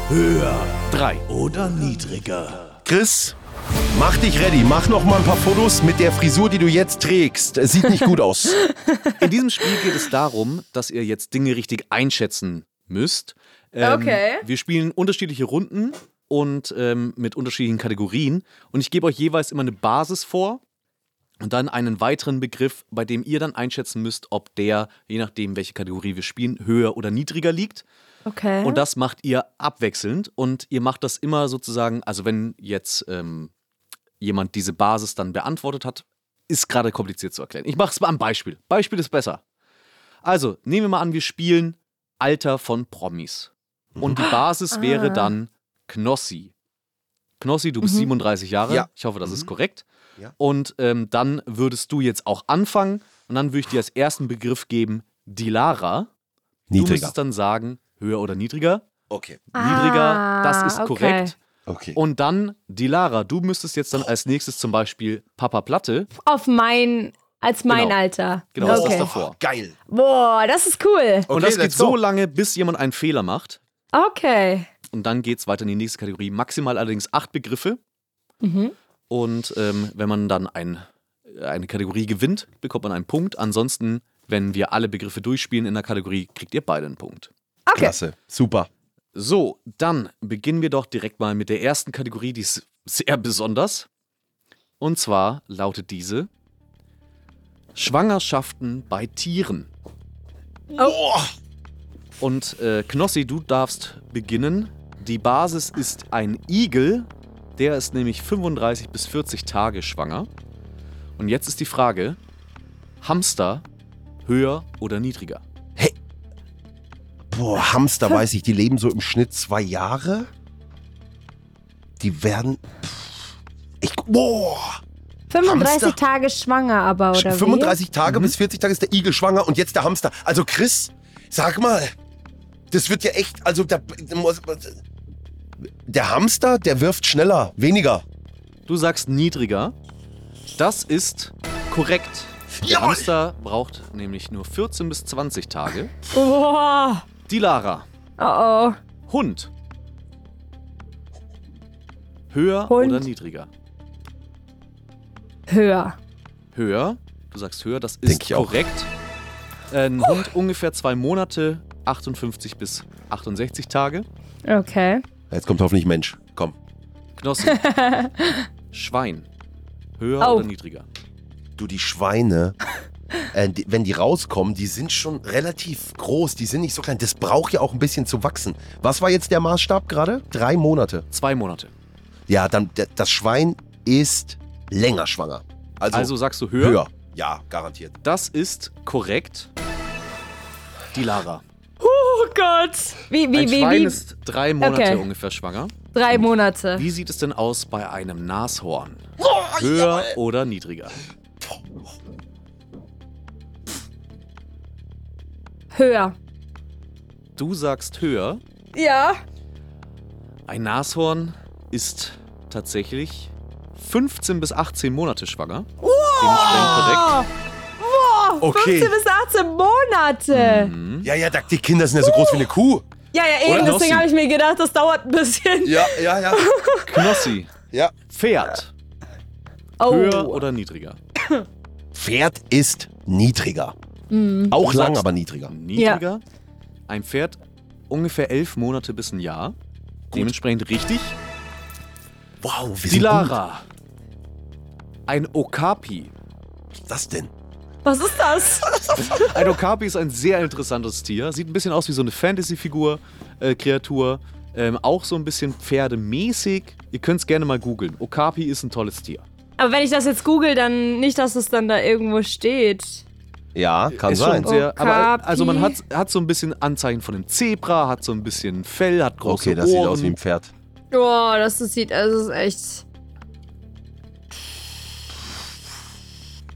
C: Höher
A: 3.
C: oder niedriger?
F: Chris, mach dich ready. Mach noch mal ein paar Fotos mit der Frisur, die du jetzt trägst. Es sieht nicht gut aus.
A: In diesem Spiel geht es darum, dass ihr jetzt Dinge richtig einschätzen müsst. Ähm,
B: Okay.
A: Wir spielen unterschiedliche Runden und ähm, mit unterschiedlichen Kategorien. Und ich gebe euch jeweils immer eine Basis vor und dann einen weiteren Begriff, bei dem ihr dann einschätzen müsst, ob der, je nachdem, welche Kategorie wir spielen, höher oder niedriger liegt.
B: Okay.
A: Und das macht ihr abwechselnd und ihr macht das immer sozusagen, also wenn jetzt ähm, jemand diese Basis dann beantwortet hat, ist gerade kompliziert zu erklären. Ich mache es mal am Beispiel. Beispiel ist besser. Also, nehmen wir mal an, wir spielen Alter von Promis. Und die
B: Ah.
A: Basis wäre dann Knossi. Knossi, du bist
B: Mhm.
A: 37 Jahre.
F: Ja.
A: Ich hoffe, das ist korrekt.
F: Ja.
A: Und ähm, dann würdest du jetzt auch anfangen und dann würde ich dir als ersten Begriff geben, Dilara. Du
F: Niedriger.
A: müsstest dann sagen, höher oder niedriger.
F: Okay. Oh,
A: Niedriger, das ist
B: Ah, okay.
A: korrekt.
F: Okay.
A: Und dann die Lara, du müsstest jetzt dann als nächstes zum Beispiel Papa Platte.
B: Auf mein, als mein
A: Genau.
B: Alter.
A: Genau, das ist
B: okay.
A: davor.
F: Geil.
B: Boah, das ist cool.
A: Und das geht so lange, bis jemand einen Fehler macht.
B: Okay.
A: Und dann geht es weiter in die nächste Kategorie. Maximal allerdings acht Begriffe. Und ähm, wenn man dann ein, äh, eine Kategorie gewinnt, bekommt man einen Punkt. Ansonsten, wenn wir alle Begriffe durchspielen in der Kategorie, kriegt ihr beide einen Punkt.
F: Klasse. Super.
A: So, dann beginnen wir doch direkt mal mit der ersten Kategorie, die ist sehr besonders. Und zwar lautet diese Schwangerschaften bei Tieren. Und äh, Knossi, du darfst beginnen. Die Basis ist ein Igel, der ist nämlich 35 bis 40 Tage schwanger. Und jetzt ist die Frage, Hamster höher oder niedriger?
F: Boah, Hamster weiß ich, die leben so im Schnitt zwei Jahre. Die werden. Pff, Ich, boah,
B: 35
F: Hamster?
B: Tage schwanger aber, oder wie?
F: 35
A: Mhm.
F: Tage bis 40 Tage ist der Igel schwanger und jetzt der Hamster. Also Chris, sag mal, das wird ja echt, also der, der Hamster, der wirft schneller, weniger.
A: Du sagst niedriger. Das ist korrekt. Der
F: Jawohl.
A: Hamster braucht nämlich nur 14 bis 20 Tage.
B: Boah.
A: Die Lara,
B: Oh oh.
A: Hund. Höher
B: Hund.
A: oder niedriger?
B: Höher.
A: Höher. Du sagst höher, das
F: Denk
A: ist
F: ich auch.
A: korrekt. Ein Hund ungefähr zwei Monate, 58 bis 68 Tage.
B: Okay.
F: Jetzt kommt hoffentlich Mensch. Komm.
A: Knossi. Schwein. Höher
B: Au.
A: oder niedriger?
F: Du, die Schweine äh, die, wenn die rauskommen, die sind schon relativ groß, die sind nicht so klein. Das braucht ja auch ein bisschen zu wachsen. Was war jetzt der Maßstab gerade? Drei Monate.
A: Zwei Monate.
F: Ja, dann d- das Schwein ist länger schwanger. Also,
A: Also sagst du höher.
F: höher. Ja, garantiert.
A: Das ist korrekt. Die Lara.
B: Oh Gott. Wie, wie,
A: Ein
B: wie,
A: Schwein
B: wie?
A: ist drei Monate
B: Okay.
A: ungefähr schwanger.
B: Drei Monate.
A: Wie sieht es denn aus bei einem Nashorn?
B: Oh,
A: Höher oder niedriger?
B: Höher.
A: Du sagst höher.
B: Ja.
A: Ein Nashorn ist tatsächlich 15 bis 18 Monate schwanger. Dementsprechend korrekt.
F: Okay.
B: 15 bis 18 Monate.
F: Ja, ja, da- die Kinder sind ja so groß wie eine Kuh.
B: Ja, ja, eben.
A: Hm. Oder Nossi.
B: Deswegen habe ich mir gedacht, das dauert ein bisschen.
F: Ja, ja, ja.
A: Knossi.
F: ja.
A: Pferd.
B: Oh.
A: Höher oder niedriger?
F: Pferd ist niedriger. Auch
A: Du
F: lang,
A: sagst-
F: aber niedriger.
A: Niedriger. Ein Pferd ungefähr elf Monate bis ein Jahr. Dementsprechend richtig.
F: Wow, wie
A: Die Lara. Ein Okapi.
F: ist das denn?
B: Was ist das?
A: Ein Okapi ist ein sehr interessantes Tier. Sieht ein bisschen aus wie so eine Fantasy-Figur, äh, Kreatur. Ähm, auch so ein bisschen pferdemäßig. Ihr könnt es gerne mal googeln. Okapi ist ein tolles Tier.
B: Aber wenn ich das jetzt google, dann nicht, dass es dann da irgendwo steht.
F: Ja, kann
A: ist
F: sein.
A: Schon sehr, aber,
B: Okapi.
A: also man hat, hat so ein bisschen Anzeichen von einem Zebra, hat so ein bisschen Fell, hat große
F: Okay, das sieht
A: Ohren.
F: aus wie ein Pferd.
B: Oh, das sieht, also das ist echt.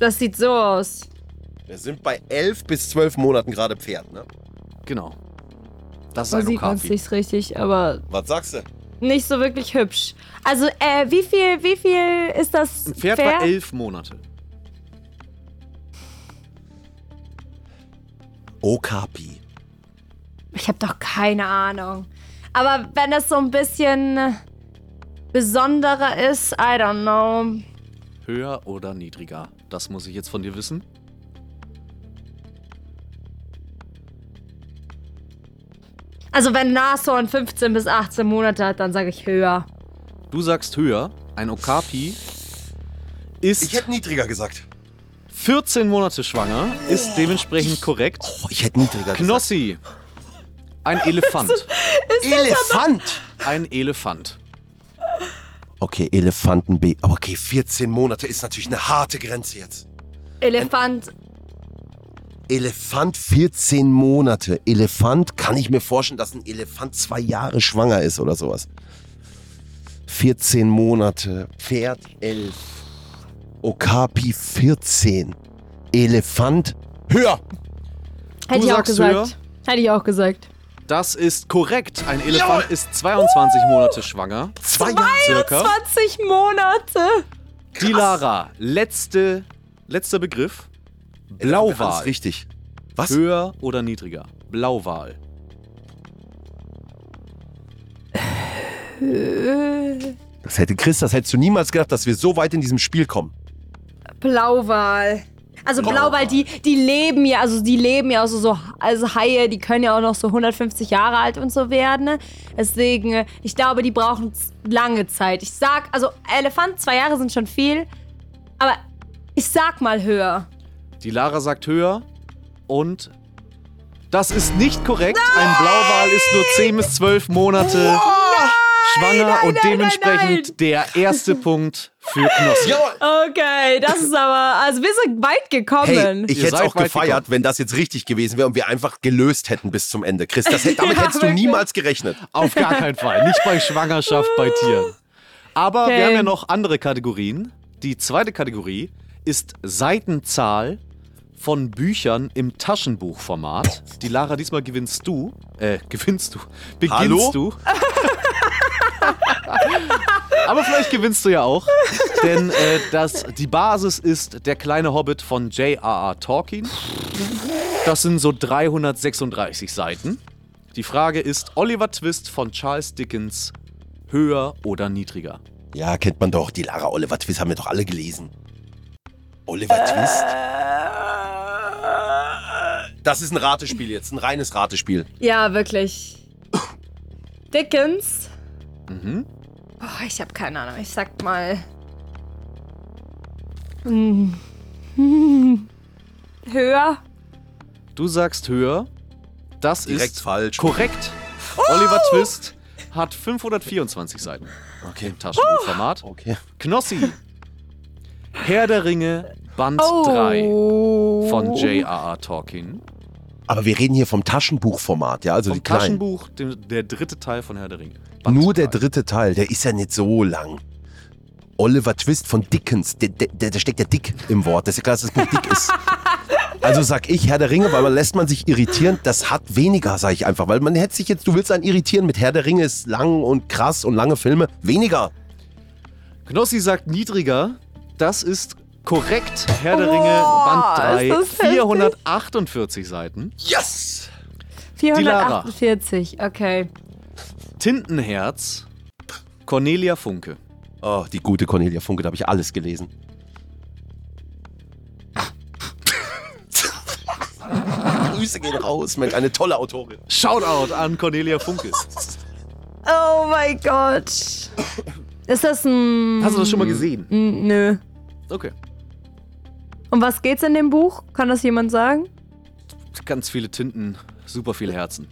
B: Das sieht so aus.
F: Wir sind bei elf bis zwölf Monaten gerade Pferd, ne?
A: Genau. Das ist
B: So
A: ein
B: sieht man es
A: Okapi.
B: nicht richtig, aber
F: Was sagst du?
B: nicht so wirklich hübsch. Also, äh, wie viel, wie viel ist das?
A: Ein Pferd war elf Monate.
F: Okapi.
B: Ich habe doch keine Ahnung. Aber wenn das so ein bisschen besonderer ist, I don't know.
A: Höher oder niedriger? Das muss ich jetzt von dir wissen.
B: Also wenn Nashorn 15 bis 18 Monate hat, dann sage ich höher.
A: Du sagst höher. Ein Okapi ist
F: Ich hätte niedriger gesagt.
A: 14 Monate schwanger, ist dementsprechend korrekt.
F: Oh, ich hätte niedriger
A: Knossi. Ein Elefant.
F: gesagt. Elefant!
A: Ein Elefant.
F: Okay, Elefantenbaby. Aber okay, 14 Monate ist natürlich eine harte Grenze jetzt.
A: Äh,
B: Elefant.
F: Elefant 14 Monate. Elefant kann ich mir vorstellen, dass ein Elefant zwei Jahre schwanger ist oder sowas. 14 Monate. Pferd 11. Okapi 14. Elefant höher.
B: Hätte ich auch
A: sagst
B: gesagt.
A: höher?
B: Hätte ich auch gesagt.
A: Das ist korrekt. Ein Elefant ist 22 Monate schwanger.
F: Zwei Jahre.
A: Circa.
B: 20 Monate.
A: Die Lara. Letzte, letzter Begriff.
F: Ganz
A: Blauwal.
F: richtig. Was?
A: Höher oder niedriger? Blauwal.
F: Das hätte Chris, das hättest du niemals gedacht, dass wir so weit in diesem Spiel kommen.
B: Blauwal. Also Blauwal, die, die leben ja, also die leben ja auch so, so, also Haie, die können ja auch noch so 150 Jahre alt und so werden. ne? Deswegen, äh, ich glaube, die brauchen z- lange Zeit. Ich sag, also Elefant, zwei Jahre sind schon viel, aber ich sag mal höher.
A: Die Lara sagt höher und das ist nicht korrekt. Ein Blauwal ist nur 10 bis 12 Monate schwanger und dementsprechend der erste Punkt für Knossi.
B: Okay, das ist aber, also wir sind weit
F: Hey,
B: gekommen.
F: ich
A: Ihr
F: hätte es
A: seid
F: auch
A: weit
F: gefeiert,
A: gekommen.
F: wenn das jetzt richtig gewesen wäre und wir einfach gelöst hätten bis zum Ende. Chris, das, hätte- damit
B: Ja,
F: hättest du
B: wirklich.
F: niemals gerechnet.
A: Auf gar keinen Fall. Nicht bei Schwangerschaft bei Tieren. Aber
B: Okay.
A: wir haben ja noch andere Kategorien. Die zweite Kategorie ist Seitenzahl von Büchern im Taschenbuchformat. Die Lara, diesmal gewinnst du. Äh, gewinnst du. Beginnst
F: Hallo?
A: du. Aber vielleicht gewinnst du ja auch. Denn äh, das, die Basis ist Der kleine Hobbit von J.R.R. Tolkien. Das sind so 336 Seiten. Die Frage ist: Oliver Twist von Charles Dickens höher oder niedriger?
F: Ja, kennt man doch. Die Lara Oliver Twist haben wir doch alle gelesen. Oliver Twist? Das ist ein Ratespiel jetzt, ein reines Ratespiel.
B: Ja, wirklich. Dickens. Mhm. Oh, ich habe keine Ahnung. Ich sag mal. hm, höher.
A: Du sagst höher. Das
F: Direkt
A: ist
F: falsch. Oh!
A: korrekt. Oliver Twist hat 524 Seiten. Okay. Im Taschenbuchformat.
F: Okay.
A: Knossi. Herr der Ringe, Band 3
B: Oh.
A: von J.R.R. Tolkien.
F: Aber wir reden hier vom Taschenbuchformat, ja, also die
A: Vom
F: kleinen.
A: Taschenbuch, dem, der dritte Teil von Herr der Ringe. Band
F: Nur der
A: drei.
F: dritte Teil, der ist ja nicht so lang. Oliver Twist von Dickens, der, der, der, da steckt ja Dick im Wort, das ist ja klar, dass das Buch dick ist. Also sag ich Herr der Ringe, weil man lässt man sich irritieren, das hat weniger, sag ich einfach, weil man hätte sich jetzt, du willst einen irritieren mit Herr der Ringe ist lang und krass und lange Filme, weniger.
A: Knossi sagt niedriger. Das ist korrekt. Herr der Ringe,
B: Boah,
A: Band
B: ist das
A: 3,
B: heftig.
A: 448 Seiten.
F: Yes!
B: 448, okay.
A: Tintenherz, Cornelia Funke.
F: Oh, die gute Cornelia Funke, da habe ich alles gelesen. Grüße gehen raus, Mensch, eine tolle Autorin.
A: Shoutout an Cornelia Funke. Hast
B: Oh mein Gott. Ist das ein.
A: du das schon mal gesehen?
B: Mm, Nö.
A: Okay.
B: Um was geht's in dem Buch? Kann das jemand sagen?
A: Ganz viele Tinten, super viele Herzen.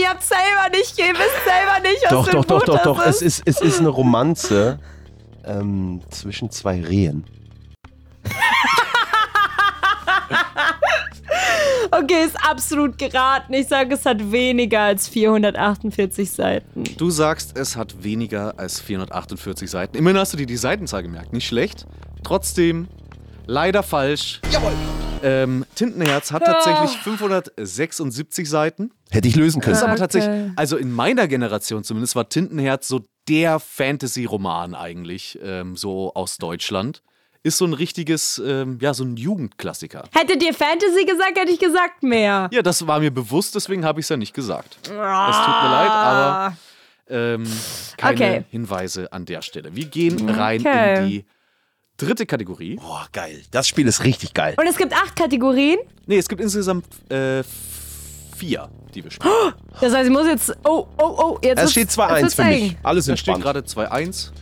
B: Ihr habt selber nicht, ihr wisst selber nicht, was
F: Doch,
B: für ein
F: doch, doch,
B: Buch
F: doch,
B: das
F: doch.
B: ist.
F: Es ist, es ist eine Romanze ähm, zwischen zwei Rehen.
B: Okay, ist absolut geraten. Ich sage, es hat weniger als 448 Seiten.
A: Du sagst, es hat weniger als 448 Seiten. Immerhin hast du dir die Seitenzahl gemerkt, nicht schlecht. Trotzdem, leider falsch. Jawohl! Ähm, Tintenherz hat tatsächlich 576 Seiten.
F: Hätte ich lösen
A: Das ist
F: können.
A: aber tatsächlich, also in meiner Generation zumindest, war Tintenherz so der Fantasy-Roman eigentlich, ähm, so aus Deutschland. Ist so ein richtiges, ähm, ja, so ein Jugendklassiker.
B: Hättet ihr Fantasy gesagt, hätte ich gesagt mehr.
A: Ja, das war mir bewusst, deswegen habe ich es ja nicht gesagt. Es tut mir leid,
B: Ah.
A: aber ähm, keine
B: Okay.
A: Hinweise an der Stelle. Wir gehen rein
B: Okay.
A: in die dritte Kategorie.
F: Boah, geil. Das Spiel ist richtig geil.
B: Und es gibt acht Kategorien.
A: Nee, es gibt insgesamt äh, vier, die wir spielen.
B: Das heißt, ich muss jetzt. Oh, oh, oh. Jetzt
F: Es
B: wird's-
F: steht
B: jetzt
F: 2-1 für
B: wird's
F: mich.
B: eng.
F: Alles
A: Da steht
F: entspannt.
A: gerade 2-1.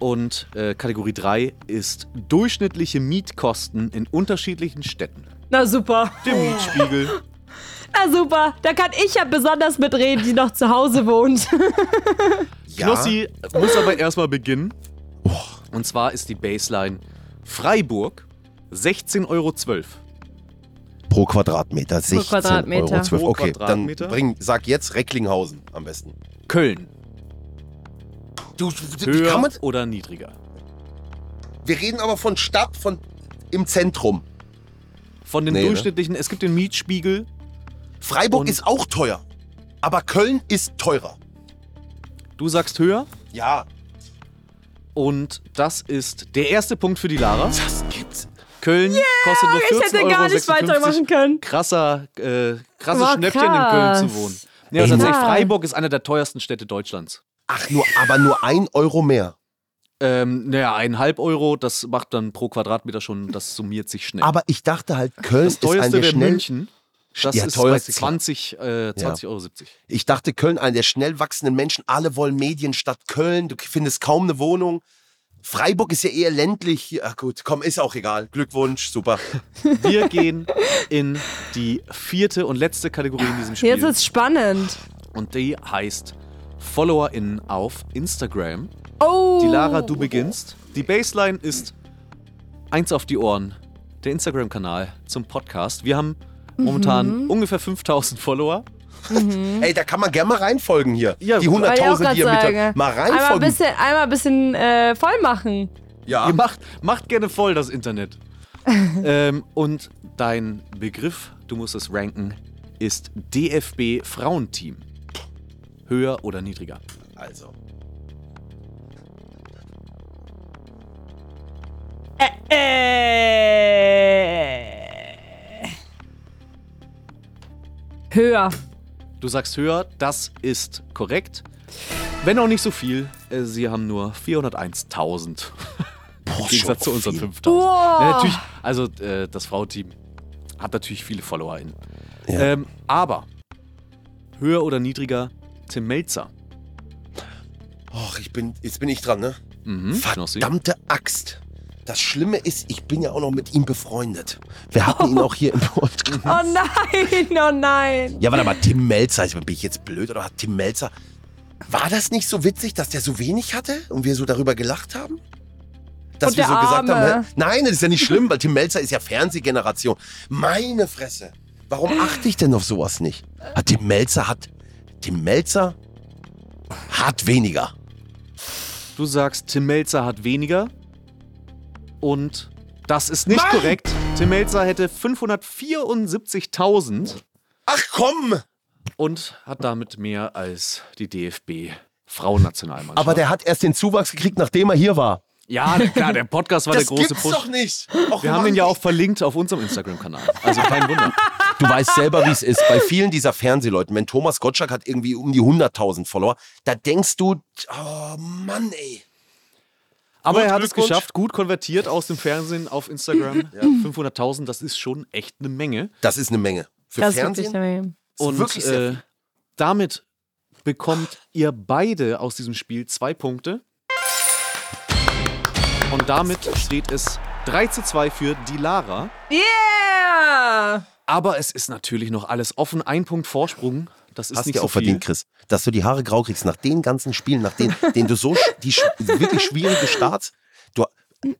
A: Und äh, Kategorie 3 ist durchschnittliche Mietkosten in unterschiedlichen Städten.
B: Na super.
A: Der Mietspiegel.
B: Na super. Da kann ich ja besonders mitreden, die noch zu Hause wohnt.
F: Ja.
A: Knossi muss aber erstmal beginnen. Und zwar ist die Baseline Freiburg 16,12 Euro.
F: Pro Quadratmeter 16
B: Quadratmeter.
F: Euro 12.
A: Pro
F: Okay, dann
A: Quadratmeter.
F: bring, sag jetzt Recklinghausen am besten.
A: Köln.
F: Du, du, du
A: Höher
F: kann man,
A: oder niedriger?
F: wir reden aber von Stadt, von im Zentrum.
A: Von den
F: Nee, ne?
A: durchschnittlichen, es gibt den Mietspiegel.
F: Freiburg
A: Und-
F: ist auch teuer, aber Köln ist teurer.
A: Du sagst höher.
F: Ja,
A: Und das ist der erste Punkt für die Lara.
F: das gibt's.
A: Köln kostet nur 14,56
B: Ich
A: Euro.
B: hätte gar nicht weitermachen können.
A: krasser, äh, krasses
B: War
A: Schnäppchen
B: krass.
A: in Köln zu wohnen. Ja, aber
F: Ey,
A: tatsächlich,
B: Mann.
A: Freiburg ist eine der teuersten Städte Deutschlands.
F: Ach, nur, aber nur ein Euro mehr.
A: Ähm, naja, eineinhalb Euro, das macht dann pro Quadratmeter schon, das summiert sich schnell.
F: Aber ich dachte halt, Köln
A: das
F: ist eine
A: teuerste
F: der
A: wäre
F: schnell.
A: München. Das
F: Ja,
A: ist bei
F: teuerste, klar.
A: 20, äh, 20 Euro 70.
F: Ich dachte, Köln, eine der schnell wachsenden Menschen. Alle wollen Medienstadt Köln. Du findest kaum eine Wohnung. Freiburg ist ja eher ländlich. Ach gut, komm, ist auch egal. Glückwunsch, super.
A: Wir gehen in die vierte und letzte Kategorie in diesem Spiel.
B: Jetzt ist spannend.
A: und die heißt FollowerInnen auf Instagram.
B: Oh.
A: Die Lara, du beginnst. Die Baseline ist eins auf die Ohren. Der Instagram-Kanal zum Podcast. Wir haben
B: Mhm.
A: momentan ungefähr 5000 Follower.
F: Ey, da kann man gerne mal reinfolgen hier.
A: Ja,
F: die
A: wollte
B: Wollte ich auch
F: 100.000,
B: gerade
F: die ihr
B: sagen.
F: mit. Mal
B: einmal ein
F: reinfolgen.
B: bisschen, einmal ein bisschen äh, voll machen.
F: ja.
A: Ihr macht, macht gerne voll das Internet. ähm, und dein Begriff, du musst es ranken, ist DFB Frauenteam. Höher oder niedriger?
F: Also.
B: Äh. Höher.
A: Du sagst höher, das ist korrekt. Wenn auch nicht so viel, äh, sie haben nur 401.000. Im Gegensatz zu unseren 5000. Ja, natürlich, also äh, das Frauenteam hat natürlich viele FollowerInnen. Ähm, aber höher oder niedriger Tim Melzer. Hm?
F: Och, ich bin, jetzt bin ich dran, ne?
A: Mhm, Knossi.
F: Verdammte Axt. Das Schlimme ist, ich bin ja auch noch mit ihm befreundet. Wir hatten ihn auch hier im Podcast.
B: Oh nein, oh nein.
F: Ja, warte mal, Tim Melzer. Ich- Bin ich jetzt blöd oder hat Tim Melzer. War das nicht so witzig, dass der so wenig hatte und wir so darüber gelacht haben? Dass
B: Und
F: wir
B: der
F: so gesagt haben,
B: Arme.
F: hä? nein, das ist ja nicht schlimm, weil Tim Melzer ist ja Fernsehgeneration. Meine Fresse. Warum achte ich denn auf sowas nicht? Hat Tim Melzer hat Tim Melzer hat weniger.
A: Du sagst, Tim Melzer hat weniger. Und das ist nicht korrekt. Tim Melzer hätte 574.000
F: Ach komm!
A: und hat damit mehr als die DFB Frauennationalmannschaft.
F: Aber der hat erst den Zuwachs gekriegt, nachdem er hier war.
A: ja, na klar, der Podcast war
F: Das
A: der große
F: gibt's
A: Push.
F: doch nicht. Och,
A: Wir haben
F: Mann.
A: ihn ja auch verlinkt auf unserem Instagram-Kanal. Also kein Wunder.
F: Du weißt selber, wie es ist. Bei vielen dieser Fernsehleuten, wenn Thomas Gottschalk hat irgendwie um die 100.000 Follower, da denkst du, oh Mann, ey.
A: Aber er hat es
F: Glückwunsch.
A: geschafft, gut konvertiert aus dem Fernsehen auf Instagram. 500.000, das ist schon echt eine Menge.
F: Das ist eine Menge. Für
B: Das ist wirklich
F: Fernsehen?
B: eine Menge.
F: ist
A: Und
F: wirklich sehr
A: äh, damit bekommt ihr beide aus diesem Spiel zwei Punkte. Und damit steht es 3 zu 2 für die Lara.
B: Yeah!
A: Aber es ist natürlich noch alles offen. Ein Punkt Vorsprung. Das ist
F: Hast
A: nicht
F: du
A: so
F: auch verdient,
A: viel.
F: Chris, dass du die Haare grau kriegst nach den ganzen Spielen, nach denen, denen du so sch- die sch- wirklich schwierige Starts. Du,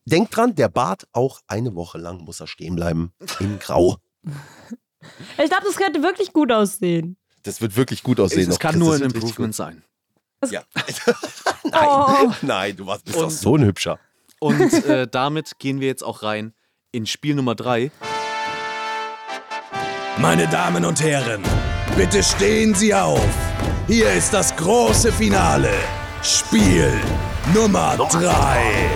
F: denk dran, der Bart auch eine Woche lang muss er stehen bleiben in Grau.
B: Ich glaube, das könnte wirklich gut aussehen.
F: Das wird wirklich gut aussehen.
A: Es
F: noch,
A: kann
F: Chris,
A: nur
F: das
A: ein
F: wird richtig
A: Improvement sein.
F: gut. Ja. nein,
B: Oh.
F: nein, du warst, bist doch so ein hübscher.
A: Und äh, damit gehen wir jetzt auch rein in Spiel Nummer 3.
C: Meine Damen und Herren, bitte stehen Sie auf. Hier ist das große Finale. Spiel Nummer 3.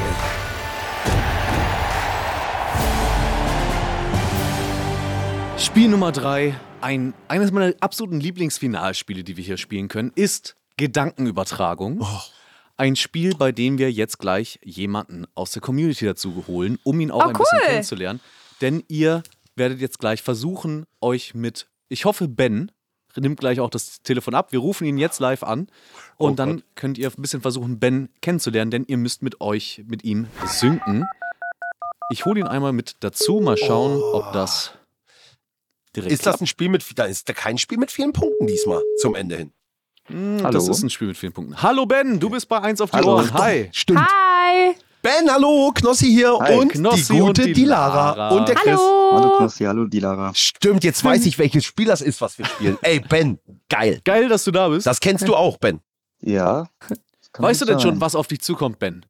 A: Spiel Nummer 3, ein, eines meiner absoluten Lieblingsfinalspiele, die wir hier spielen können, ist Gedankenübertragung.
B: Oh.
A: Ein Spiel, bei dem wir jetzt gleich jemanden aus der Community dazu holen, um ihn auch
B: Oh,
A: ein bisschen
B: cool.
A: kennenzulernen. Denn ihr werdet jetzt gleich versuchen, euch mit, ich hoffe, Ben nimmt gleich auch das Telefon ab. Wir rufen ihn jetzt live an
B: Oh
A: und dann könnt ihr ein bisschen versuchen, Ben kennenzulernen, denn ihr müsst mit euch, mit ihm sinken. Ich hole ihn einmal mit dazu, mal schauen, ob das direkt
F: Ist das ein Spiel mit, da ist da kein Spiel mit vielen Punkten diesmal zum Ende hin.
A: Hm, Das ist ein Spiel mit vielen Punkten. Hallo Ben, du bist bei 1 auf die
F: Hallo.
A: Ohren. Hi.
F: Stimmt.
B: Hi!
F: Ben, hallo, Knossi hier und
A: Knossi
F: die gute,
A: und
F: die,
A: die
F: Lara.
A: Lara.
F: und der Chris.
B: Hallo!
I: Hallo
A: Oh.
I: Knossi, hallo die Lara.
F: Stimmt, jetzt weiß ich, welches Spiel das ist, was wir spielen. Ey, Ben, geil.
A: Geil, dass du da bist.
F: Das kennst du auch, Ben.
I: Ja. das kann
A: weißt du
I: gut
A: denn schon,
I: sein.
A: was auf dich zukommt, Ben?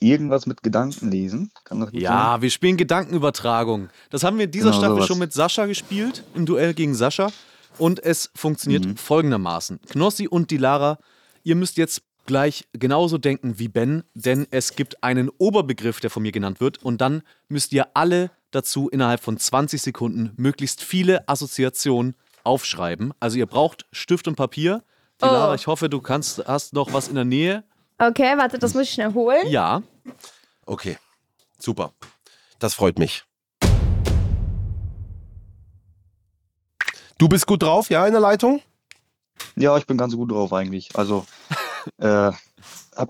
I: Irgendwas mit Gedanken lesen? Kann doch gut sein.
A: Ja, wir spielen Gedankenübertragung. Das haben wir in dieser
I: Genau,
A: Staffel
I: sowas.
A: schon mit Sascha gespielt, im Duell gegen Sascha. Und es funktioniert
I: Mhm.
A: folgendermaßen. Knossi und die Lara, ihr müsst jetzt gleich genauso denken wie Ben, denn es gibt einen Oberbegriff, der von mir genannt wird. Und dann müsst ihr alle dazu innerhalb von 20 Sekunden möglichst viele Assoziationen aufschreiben. Also ihr braucht Stift und Papier. Die
I: Oh.
A: Lara, ich hoffe, du kannst, hast noch was in der Nähe.
B: Okay, warte, das muss ich schnell holen.
A: Ja.
F: Okay, super. Das freut mich. Du bist gut drauf, ja, in der Leitung?
I: Ja, ich bin ganz gut drauf eigentlich. Also, äh, habe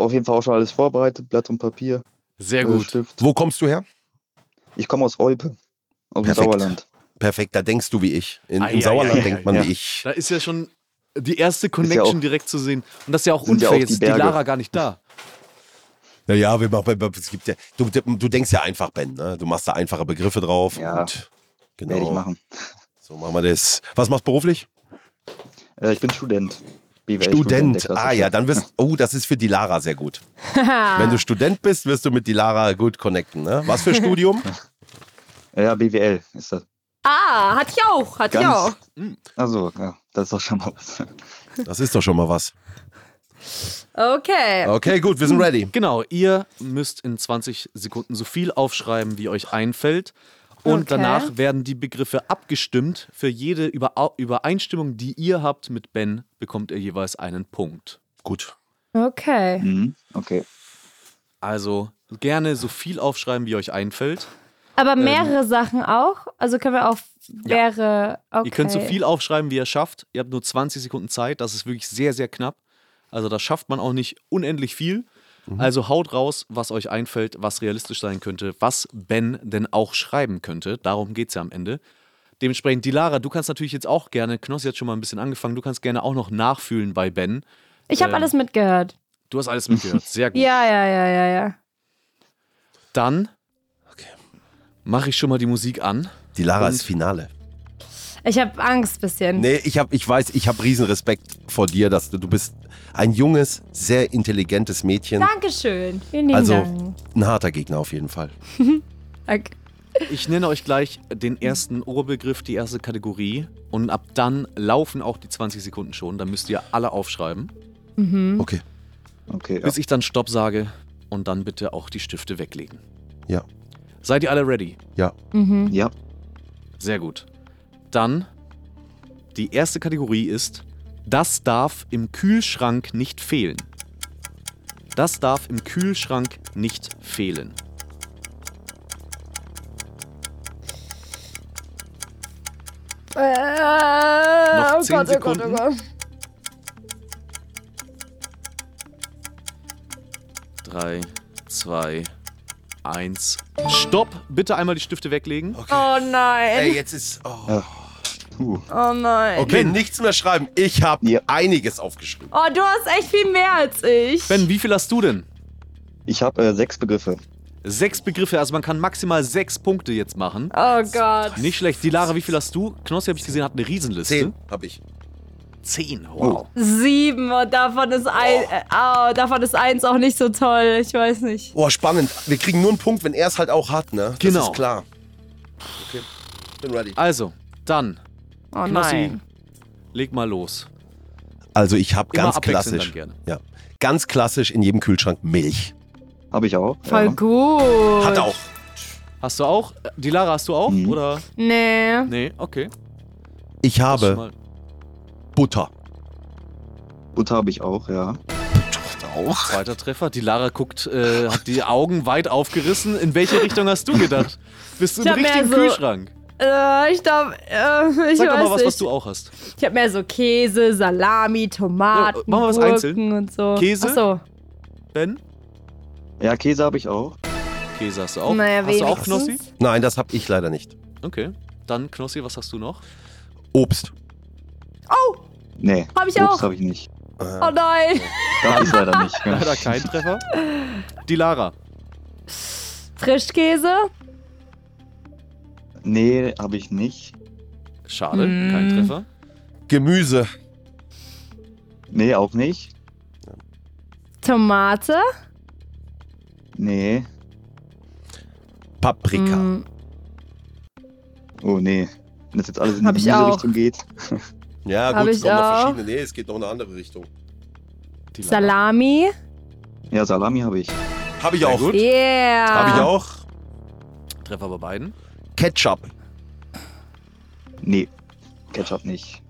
I: auf jeden Fall auch schon alles vorbereitet: Blatt und Papier,
A: Sehr
I: äh,
A: gut.
I: Stift.
F: Wo kommst du her?
I: Ich komme aus Olpe, aus dem
F: Perfekt.
I: Sauerland.
F: Perfekt, da denkst du wie ich. In,
A: Ei,
F: Im
A: ei,
F: Sauerland
A: ei,
F: denkt
A: ei,
F: man
A: Ah, ja.
F: wie ich.
A: Da ist ja schon die erste
I: ja
A: Connection
I: auch-
A: direkt zu sehen. Und das ist ja auch
I: Sind
A: unfair,
I: ja auch die
A: jetzt ist die
I: Berge.
A: Lara gar nicht da.
F: Naja, wir machen, es gibt ja, du, du denkst ja einfach, Ben. Ne? Du machst da einfache Begriffe drauf.
I: Ja.
F: Und genau.
I: Werde ich machen.
F: So machen wir das. Was machst du beruflich?
I: Äh, ich bin Student. BWL
F: Student.
I: der
F: Ah ja,
I: klassische.
F: dann wirst Oh, das ist für die Lara sehr gut. Wenn du Student bist, wirst du mit die Lara gut connecten. Ne? Was für Studium?
I: Ja, BWL ist das.
B: Ah, hat ich auch, hat ich auch.
I: Ganz. Also, ja, das ist doch schon mal was.
F: Das ist doch schon mal was.
B: Okay.
F: Okay, gut, wir sind ready.
A: Genau, ihr müsst in 20 Sekunden so viel aufschreiben, wie euch einfällt. Und
B: Okay.
A: danach werden die Begriffe abgestimmt. Für jede Überau- Übereinstimmung, die ihr habt mit Ben, bekommt ihr jeweils einen Punkt.
F: Gut.
B: Okay.
I: Mhm. Okay.
A: Also gerne so viel aufschreiben, wie euch einfällt.
B: Aber
A: Ähm.
B: mehrere Sachen auch? Also können wir auch mehrere. Okay.
A: Ihr könnt so viel aufschreiben, wie ihr schafft. Ihr habt nur 20 Sekunden Zeit. Das ist wirklich sehr, sehr knapp. Also da schafft man auch nicht unendlich viel. Also haut raus, was euch einfällt, was realistisch sein könnte, was Ben denn auch schreiben könnte. Darum geht es ja am Ende. Dementsprechend, Dilara, du kannst natürlich jetzt auch gerne, Knossi hat schon mal ein bisschen angefangen, du kannst gerne auch noch nachfühlen bei Ben.
B: Ich habe
A: Ähm.
B: alles mitgehört.
A: Du hast alles mitgehört. Sehr gut.
B: Ja, ja, ja, ja, ja.
A: Dann mache ich schon mal die Musik an.
F: Die Lara
A: Und-
F: ist Finale.
B: Ich habe Angst ein bisschen.
F: Nee, ich, hab, ich weiß, ich habe riesen Respekt vor dir, dass du, du bist ein junges, sehr intelligentes Mädchen.
B: Dankeschön. Vielen lieben
F: Also-
B: Dank.
F: Ein harter Gegner auf jeden Fall.
B: Danke.
A: Ich nenne euch gleich den ersten Oberbegriff, die erste Kategorie. Und ab dann laufen auch die 20 Sekunden schon. Dann müsst ihr alle aufschreiben,
I: Hm?
F: Okay.
I: Okay, ja.
A: bis ich dann Stopp sage. Und dann bitte auch die Stifte weglegen.
F: Ja.
A: Seid ihr alle ready?
F: Ja.
B: Mhm.
I: ja.
A: Sehr gut. Dann, die erste Kategorie ist, das darf im Kühlschrank nicht fehlen. Das darf im Kühlschrank nicht fehlen.
B: Äh,
A: Noch
B: oh
A: zehn
B: Gott, oh Gott, oh
A: Sekunden.
B: Gott.
A: Drei, zwei, eins. Stopp! Bitte einmal die Stifte weglegen.
B: Oh nein.
F: Ey, jetzt ist. Oh.
I: Uh,
B: Oh nein.
F: Okay, nichts mehr schreiben. Ich habe
I: Ja.
F: einiges aufgeschrieben.
B: Oh, du hast echt viel mehr als ich.
A: Ben, wie viel hast du denn?
I: ich habe äh, sechs Begriffe.
A: Sechs Begriffe, also man kann maximal sechs Punkte jetzt machen.
B: oh Gott.
A: Nicht schlecht. Dilara, wie viel hast du? Knossi, habe ich gesehen, hat eine Riesenliste. Oh.
F: Zehn habe ich.
A: Zehn, wow.
B: Sieben und davon ist ein,
A: Oh.
B: äh, au, davon ist eins auch nicht so toll. Ich weiß nicht.
F: Oh, spannend. Wir kriegen nur einen Punkt, wenn er es halt auch hat, ne? Das
A: Genau.
F: ist klar. Okay. Bin ready.
A: Also, dann,
B: Oh
A: Knossi,
B: nein.
A: leg mal los.
F: Also, ich habe
A: Immer
F: ganz
A: abwechselnd
F: klassisch.
A: dann
F: Ja. Ganz klassisch in jedem Kühlschrank Milch.
I: Habe ich auch.
B: Voll
I: ja.
B: gut.
A: Äh,
F: Hat er auch.
A: Hast du auch? Äh, Die Lara hast du auch?
I: Mhm.
A: Oder?
B: Nee.
A: Nee, okay.
F: Ich
A: Das ist schon
F: habe
A: mal-
F: Butter.
I: Butter habe ich auch, ja.
F: Hat er auch.
A: Zweiter Treffer. Die Lara guckt, äh, hat die Augen weit aufgerissen. In welche Richtung hast du gedacht? Bist du
B: Ich
A: im
B: hab mehr
A: richtigen
B: so-
A: Kühlschrank?
B: Äh, ich glaube, äh, ich
A: Sag
B: weiß
A: doch mal was,
B: nicht.
A: was du auch hast.
B: Ich habe mehr so Käse, Salami, Tomaten,
A: Ja, machen wir was
B: Gurken
A: einzeln.
B: und so.
A: Käse?
B: Ach so.
A: Ben?
I: Ja, Käse habe ich auch.
A: Käse hast du auch.
B: Naja,
A: hast du auch Knossi?
B: wenigstens.
F: Nein, das habe ich leider nicht.
A: Okay. Dann Knossi, was hast du noch?
F: Obst.
B: Oh,
I: Nee.
B: Hab ich
I: Obst
B: auch.
I: habe ich nicht.
B: oh nein.
I: Das ist leider nicht. Ja.
A: Leider kein Treffer. Die Lara.
B: Frischkäse?
I: Nee, habe ich nicht.
A: Schade,
B: Mhm.
A: kein Treffer.
F: Gemüse.
I: Nee, auch nicht.
B: Tomate?
I: Nee.
F: Paprika.
B: Hm,
I: Oh, nee. Wenn das jetzt alles in
B: Hab
I: die
B: ich
I: diese
B: auch.
I: Richtung geht.
F: Ja,
B: Hab
F: gut, es
B: ich
F: kommen noch
B: auch.
F: verschiedene. Nee, es geht noch in eine andere Richtung.
A: Die Lara.
B: Salami?
I: Ja, Salami habe ich.
F: Habe ich
A: Sehr
F: auch.
A: gut.
B: Yeah.
F: Habe ich auch.
A: Treffer bei beiden.
F: Ketchup.
I: Nee. Ketchup nicht.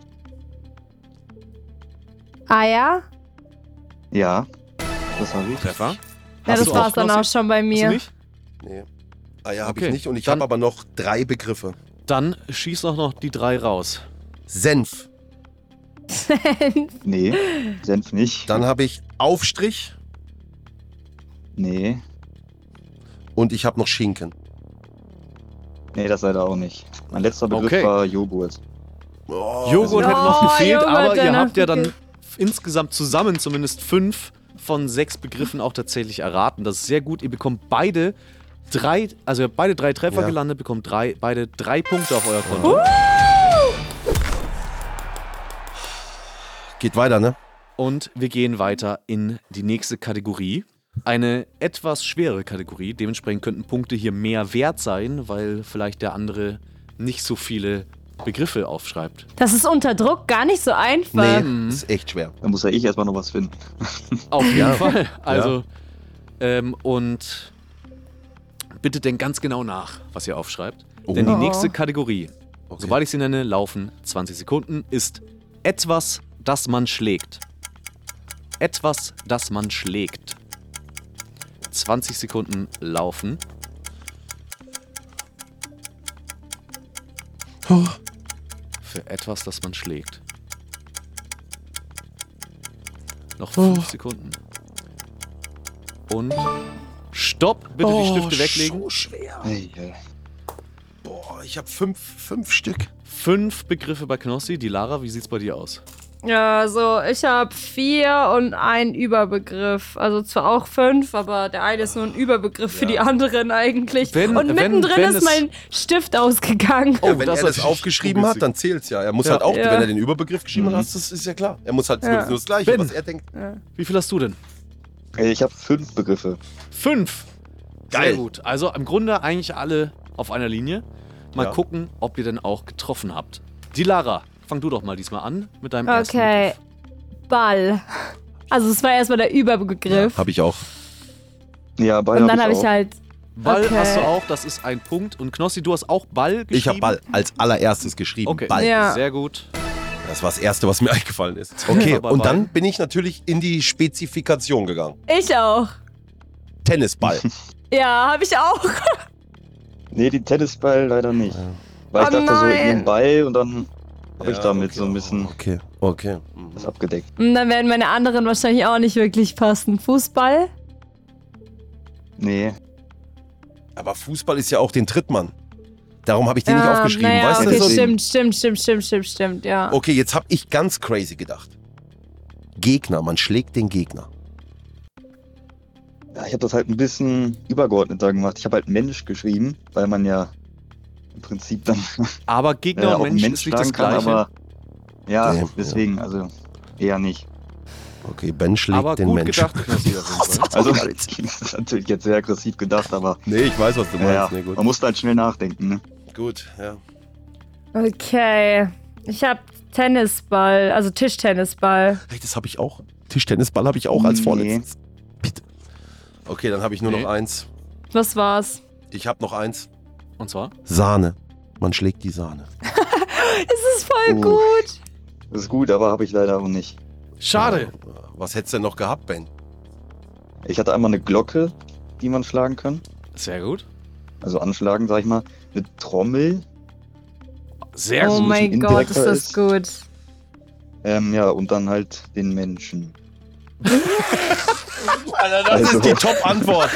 B: Eier?
I: Ja. Das habe ich.
A: Treffer.
B: Ja,
A: Hast
B: das
A: du
B: war's
A: auch,
B: dann auch
A: Knossi?
B: schon bei
A: Hast du
B: mir.
A: nicht?
F: Nee. Ah ja, habe
A: Okay,
F: ich nicht. Und ich
A: dann-
F: habe aber noch drei Begriffe.
A: Dann schieß doch noch die drei raus.
F: Senf.
I: Nee. Senf nicht.
F: Dann habe ich Aufstrich
I: Nee.
F: und ich habe noch Schinken.
I: Nee, das leider auch nicht. Mein letzter Begriff
A: Okay.
I: war Joghurt.
F: Oh,
A: Joghurt
B: Oh,
A: hätte noch gefehlt,
B: Joghurt,
A: aber ihr
B: dann
A: habt ja
B: noch
A: dann
B: gefehlt.
A: f- insgesamt zusammen zumindest fünf von sechs Begriffen auch tatsächlich erraten. Das ist sehr gut. Ihr bekommt beide drei, also ihr habt beide drei Treffer
F: Ja.
A: gelandet, bekommt drei, beide drei Punkte auf euer Konto.
F: Geht weiter, ne?
A: Und wir gehen weiter in die nächste Kategorie. Eine etwas schwere Kategorie. Dementsprechend könnten Punkte hier mehr wert sein, weil vielleicht der andere nicht so viele Begriffe aufschreibt.
B: Das ist unter Druck gar nicht so einfach.
F: Nee, ist echt schwer.
I: Da muss ja ich erstmal noch was finden.
A: Auf jeden Fall. Also, ähm, und bitte denkt ganz genau nach, was ihr aufschreibt. Denn die
B: Oh.
A: nächste Kategorie, sobald ich sie nenne, laufen 20 Sekunden, ist etwas, das man schlägt. Etwas, das man schlägt. 20 Sekunden laufen. Für etwas, das man schlägt.
B: Oh.
A: Noch 5 Sekunden. Und stopp. Bitte
B: Oh,
A: die Stifte weglegen.
F: So schwer.
I: Ey, ey.
F: Boah, Oh, ich habe fünf, fünf Stück.
A: Fünf Begriffe bei Knossi. Die Lara, wie sieht's bei dir aus?
B: Ja, so, ich habe vier und einen Überbegriff. Also zwar auch fünf, aber der eine ist nur ein Überbegriff für die anderen eigentlich.
A: Wenn-
B: und
A: wenn-
B: mittendrin
A: wenn es-
B: ist mein Stift ausgegangen.
F: Ja, wenn
A: das
F: er Oh, das
A: natürlich
F: aufgeschrieben hat,
A: ungünstig.
F: dann zählt's ja. Er muss
A: Ja.
F: halt auch,
B: Ja.
F: wenn er den Überbegriff geschrieben hat, das ist ja klar. Er muss halt nur das Gleiche,
A: Bin.
F: was er denkt.
A: Wie viel hast du denn?
I: Ey, ich habe fünf Begriffe.
A: Fünf.
F: Geil.
A: Sehr gut. Also im Grunde eigentlich alle auf einer Linie. Mal
F: Ja.
A: gucken, ob ihr denn auch getroffen habt. Die Lara, fang du doch mal diesmal an mit deinem ersten.
B: Okay. Ball. Also es war erstmal der Überbegriff.
F: Habe ich auch.
I: Ja, beide
B: und dann
I: hab
B: habe
I: ich
B: ich
I: auch.
B: halt.
A: Ball
B: Okay.
A: hast du auch, das ist ein Punkt. Und Knossi, du hast auch Ball geschrieben.
F: Ich habe Ball als allererstes geschrieben.
A: Okay,
F: Ball.
B: Ja.
A: sehr gut.
F: Das war das Erste, was mir eingefallen ist. Okay,
A: Aber
F: und
A: Ball.
F: dann bin ich natürlich in die Spezifikation gegangen.
B: Ich auch.
F: Tennisball.
B: Ja, habe ich auch.
I: Nee, den Tennisball leider nicht. Weil ich
B: Oh
I: dachte so,
B: nein.
I: den Ball und dann habe ich
F: Ja,
I: damit
F: okay.
I: so ein bisschen
F: Okay, okay.
I: das abgedeckt.
B: Und dann werden meine anderen wahrscheinlich auch nicht wirklich passen. Fußball?
I: Nee.
F: Aber Fußball ist ja auch den Trittmann. Darum habe ich den nicht
B: Ja,
F: aufgeschrieben,
B: Ähm, naja,
F: weißt
B: okay,
F: du? So- Oh.
B: Stimmt, stimmt, stimmt, stimmt, stimmt, stimmt, ja.
F: Okay, jetzt habe ich ganz crazy gedacht. Gegner, man schlägt den Gegner.
I: Ja, ich habe das halt ein bisschen übergeordneter gemacht. Ich habe halt Mensch geschrieben, weil man ja im Prinzip dann
A: Aber Gegner
I: äh,
A: und
I: auch einen
A: Mensch
I: Mensch
A: ist nicht das
I: schlagen kann,
A: Gleiche.
I: aber ja,
F: Damn,
I: deswegen, also eher nicht.
F: Okay, Ben schlägt
A: Aber
F: den
A: gut
F: Menschen.
A: gedacht, Knossi. auf jeden Fall.
I: Also das ist natürlich jetzt sehr aggressiv gedacht, aber
F: Nee, ich weiß, was du
I: ja,
F: meinst. Nee, gut.
I: man musste halt schnell nachdenken. Ne?
F: gut, ja.
B: Okay. Ich habe Tennisball, also Tischtennisball.
F: Hey, das habe ich auch. Tischtennisball habe ich auch als
I: Nee.
F: vorletztes. Bitte. Okay, dann habe ich nur
A: Nee.
F: noch eins.
B: Was war's?
F: Ich habe noch eins.
A: Und zwar?
F: Sahne. Man schlägt die Sahne.
B: Es ist voll
I: Oh.
B: gut.
I: Das ist gut, aber habe ich leider auch nicht.
A: Schade.
F: Was hättest du denn noch gehabt, Ben?
I: Ich hatte einmal eine Glocke, die man schlagen kann.
A: Sehr gut.
I: Also anschlagen, sag ich mal. Eine Trommel.
A: Sehr
B: oh
A: gut.
B: mein
I: bisschen
B: Gott, ist
I: indirekter
B: das
I: ist.
B: gut.
I: Ähm, ja, und dann halt den Menschen.
F: Alter, das
I: Also-
F: ist die Top-Antwort.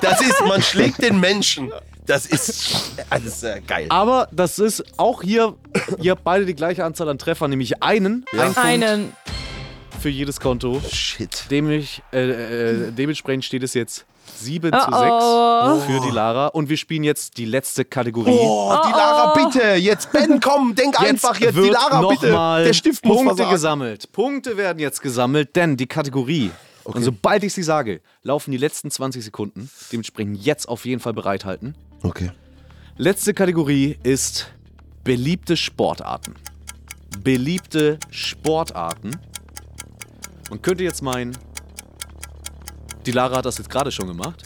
F: Das ist, man schlägt den Menschen. Das ist alles äh, geil.
A: Aber das ist auch hier, ihr habt beide die gleiche Anzahl an Treffern, nämlich einen.
F: Ja.
A: Ein Punkt
B: Einen.
A: für jedes Konto.
F: Shit.
A: Dämlich, äh, äh, dementsprechend steht es jetzt 7 zu 6
B: Oh, oh.
A: für die Lara. Und wir spielen jetzt die letzte Kategorie.
F: Oh, die Lara, bitte. Jetzt, Ben, komm, denk einfach jetzt. Die
A: wird
F: Lara,
A: noch
F: bitte.
A: Mal
F: Der Stift muss
A: Punkte
F: versagen.
A: gesammelt. Punkte werden jetzt gesammelt, denn die Kategorie. Und sobald ich sie sage, laufen die letzten 20 Sekunden. Dementsprechend jetzt auf jeden Fall bereithalten.
F: Okay.
A: Letzte Kategorie ist beliebte Sportarten. Beliebte Sportarten. Und könnt ihr jetzt meinen, die Lara hat das jetzt gerade schon gemacht.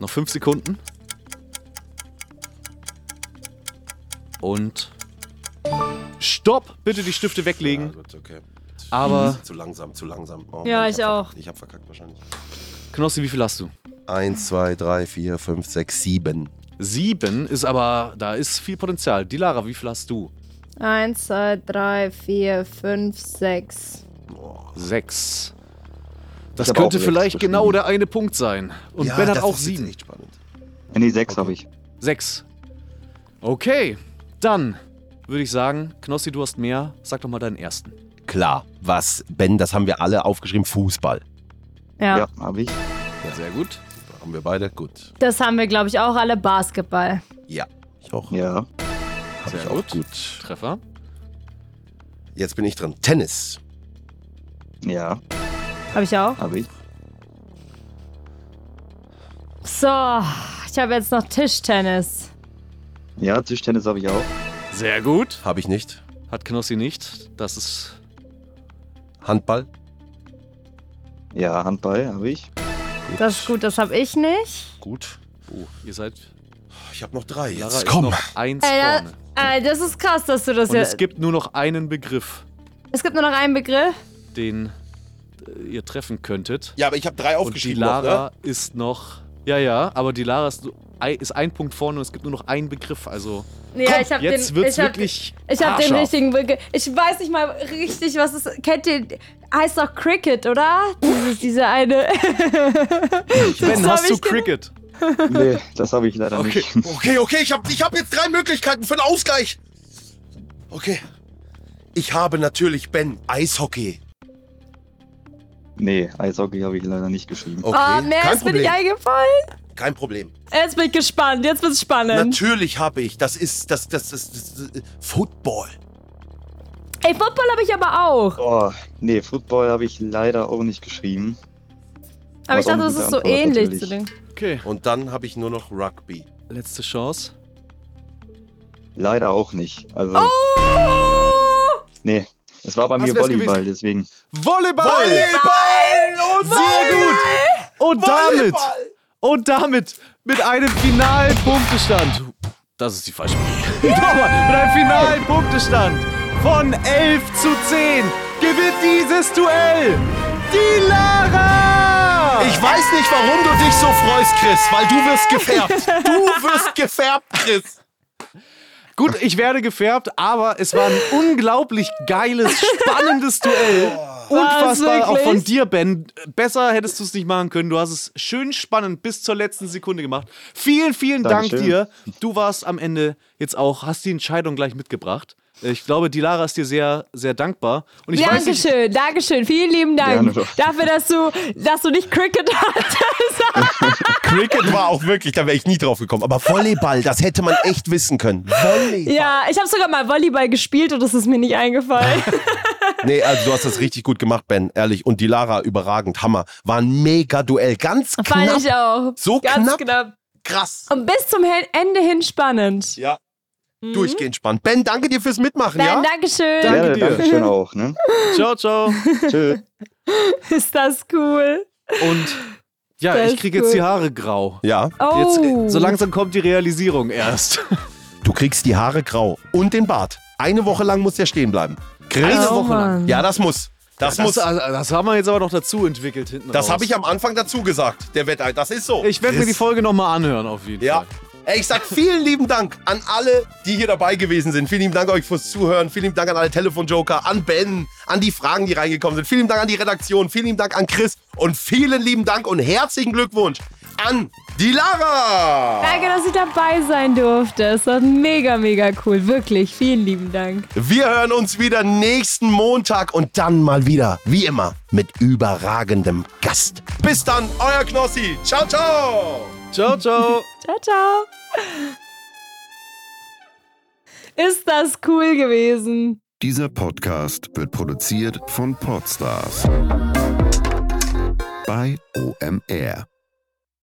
A: Noch fünf Sekunden. Und Stopp! Bitte die Stifte
F: Ja,
A: weglegen.
F: gut, okay.
A: Aber
F: Zu langsam, zu langsam. Oh,
B: Ja,
F: Mann,
B: ich
F: hab
B: auch.
F: verkackt. Ich hab verkackt wahrscheinlich.
A: Knossi, wie viel hast du?
F: Eins, zwei, drei, vier, fünf, sechs, sieben.
A: Sieben ist aber, da ist viel Potenzial. Die Lara, wie viel hast du?
B: Eins, zwei, drei, vier, fünf, sechs.
A: Sechs. Das
I: hab
A: könnte
I: auch sechs
A: vielleicht
I: geschrieben.
A: genau der eine Punkt sein. Und Ben hat auch sieben.
F: Echt spannend.
I: Äh, Nee, sechs habe ich.
A: Sechs. Okay, dann würde ich sagen, Knossi, du hast mehr. Sag doch mal deinen ersten.
F: Klar, was, Ben, das haben wir alle aufgeschrieben, Fußball.
B: Ja.
I: Ja, habe ich.
A: Sehr gut.
F: Haben wir beide? Gut.
B: Das haben wir, glaube ich, auch alle. Basketball.
F: Ja. Ich auch.
I: Ja.
A: Sehr
F: ich
A: gut.
F: auch. Gut.
A: Treffer.
F: Jetzt bin ich dran. Tennis.
I: Ja,
B: Habe ich auch.
I: habe ich.
B: So, ich habe jetzt noch Tischtennis.
I: Ja, Tischtennis habe ich auch.
A: Sehr gut.
F: Habe ich nicht.
A: Hat Knossi nicht. Das ist
F: Handball.
I: Ja, Handball habe ich.
F: Gut.
B: Das ist gut, das habe ich nicht.
F: Gut.
A: Oh, ihr seid.
F: Ich habe noch drei.
A: Lara
F: Jetzt
A: ist
F: komm.
A: noch eins
B: Äh, da-
A: vorne.
B: Äh, das ist krass, dass du das
A: Und es
B: jetzt.
A: gibt nur noch einen Begriff,
B: Es gibt nur noch einen Begriff.
A: den äh, ihr treffen könntet.
F: Ja, aber ich habe drei ne?
A: Und die
F: aufgeschrieben.
A: Lara ist noch. Ja, ja, aber die Lara ist. ei- ist ein Punkt vorne und es gibt nur noch einen Begriff. Also
B: Ja, ich hab
A: jetzt
B: den,
A: wird's
B: ich hab,
A: wirklich.
B: Ich habe den
A: haarscharf.
B: richtigen Begriff. Ich weiß nicht mal richtig, was es. Kennt ihr. Heißt doch Cricket, oder? Dieses, diese eine.
A: Ben,
B: Das hab
A: hast du
B: ich ge-
A: Cricket?
I: Nee, das habe ich leider nicht.
F: Okay, okay, ich habe ich hab jetzt drei Möglichkeiten für den Ausgleich. Okay. Ich habe natürlich Ben Eishockey.
I: Nee, Eishockey habe ich leider nicht geschrieben.
F: Okay,
B: Oh, mehr
F: kein
B: ist mir nicht
F: Problem.
B: eingefallen.
F: Kein Problem.
B: Jetzt bin ich gespannt. Jetzt wird's spannend.
F: Natürlich habe ich. Das ist das das das, das, das Football.
B: Ey, Football habe ich aber auch.
I: Oh, nee, Football habe ich leider auch nicht geschrieben.
B: Aber ich
I: auch
B: dachte,
I: eine
B: das
I: gute
B: ist so
I: Antwort,
B: ähnlich
I: natürlich.
B: zu dem.
A: Okay,
F: Und dann habe ich nur noch Rugby.
A: letzte Chance.
I: Leider auch nicht. Also,
B: Oh!
I: nee. Es war bei mir
A: wär's
I: Volleyball, deswegen.
A: Volleyball!
F: Volleyball! Und
A: Sehr gut! Und damit, und damit mit einem finalen Punktestand. Das ist die falsche Musik. Nochmal, mit einem finalen Punktestand von 11 zu 10 gewinnt dieses Duell die Lara!
F: Ich weiß nicht, warum du dich so freust, Chris, weil du wirst gefärbt. Du wirst gefärbt, Chris.
A: Gut, ich werde gefärbt, aber es war ein unglaublich geiles, spannendes Duell.
F: Oh.
A: Unfassbar, auch
B: wirklich?
A: von dir, Ben. Besser hättest du es nicht machen können. Du hast es schön spannend bis zur letzten Sekunde gemacht. Vielen, vielen Dank
I: Dankeschön.
A: dir. Du warst am Ende jetzt auch, hast die Entscheidung gleich mitgebracht. Ich glaube, die Lara ist dir sehr, sehr dankbar. Und ich weiß nicht,
B: Dankeschön, Dankeschön. Vielen lieben Dank
I: Gerne doch.
B: dafür, dass du, dass du nicht Cricket hattest.
F: Cricket war auch wirklich, da wäre ich nie drauf gekommen. Aber Volleyball, das hätte man echt wissen können. Volleyball.
B: ja, ich habe sogar mal Volleyball gespielt und das ist mir nicht eingefallen.
F: Nee, also du hast das richtig gut gemacht, Ben, ehrlich. Und die Lara, überragend, Hammer. War ein mega Duell. Ganz knapp.
B: Fand ich auch.
F: So
B: Ganz
F: knapp?
B: knapp.
F: Krass.
B: Und bis zum He- Ende hin spannend.
F: Ja. Durchgehend spannend. Ben, danke dir fürs Mitmachen,
B: Ben,
F: ja?
B: Dankeschön.
A: Danke
I: Gerne,
A: dir.
I: Dankeschön auch, ne?
A: ciao, ciao.
I: Tschö.
B: Ist das cool?
A: Und ja,
B: Das
A: ich kriege
B: ist
A: jetzt
B: gut.
A: die Haare grau.
F: Ja.
B: Oh.
A: Jetzt, äh, so langsam kommt die Realisierung erst.
F: Du kriegst die Haare grau und den Bart. Eine Woche lang muss der stehen bleiben. Chris.
B: Eine Woche lang.
F: Ja, das muss. Das, muss.
A: Das, das haben wir jetzt aber noch dazu entwickelt hinten
F: Das
A: raus.
F: habe ich am Anfang dazu gesagt, der Wettei. Das ist so.
A: Ich werde mir
F: Chris.
A: die Folge nochmal anhören, auf jeden
F: Ja.
A: Fall.
F: Ey, ich sag vielen lieben Dank an alle, die hier dabei gewesen sind. Vielen lieben Dank euch fürs Zuhören. Vielen lieben Dank an alle Telefonjoker, an Ben, an die Fragen, die reingekommen sind. Vielen lieben Dank an die Redaktion. Vielen lieben Dank an Chris. Und vielen lieben Dank und herzlichen Glückwunsch an die Lara.
B: Danke, dass ich dabei sein durfte. Es war mega, mega cool. Wirklich. Vielen lieben Dank.
F: Wir hören uns wieder nächsten Montag und dann mal wieder, wie immer, mit überragendem Gast. Bis dann, euer Knossi. Ciao, ciao.
A: Ciao, ciao.
B: Ciao, ciao. Ist das cool gewesen?
J: Dieser Podcast wird produziert von Podstars bei OMR.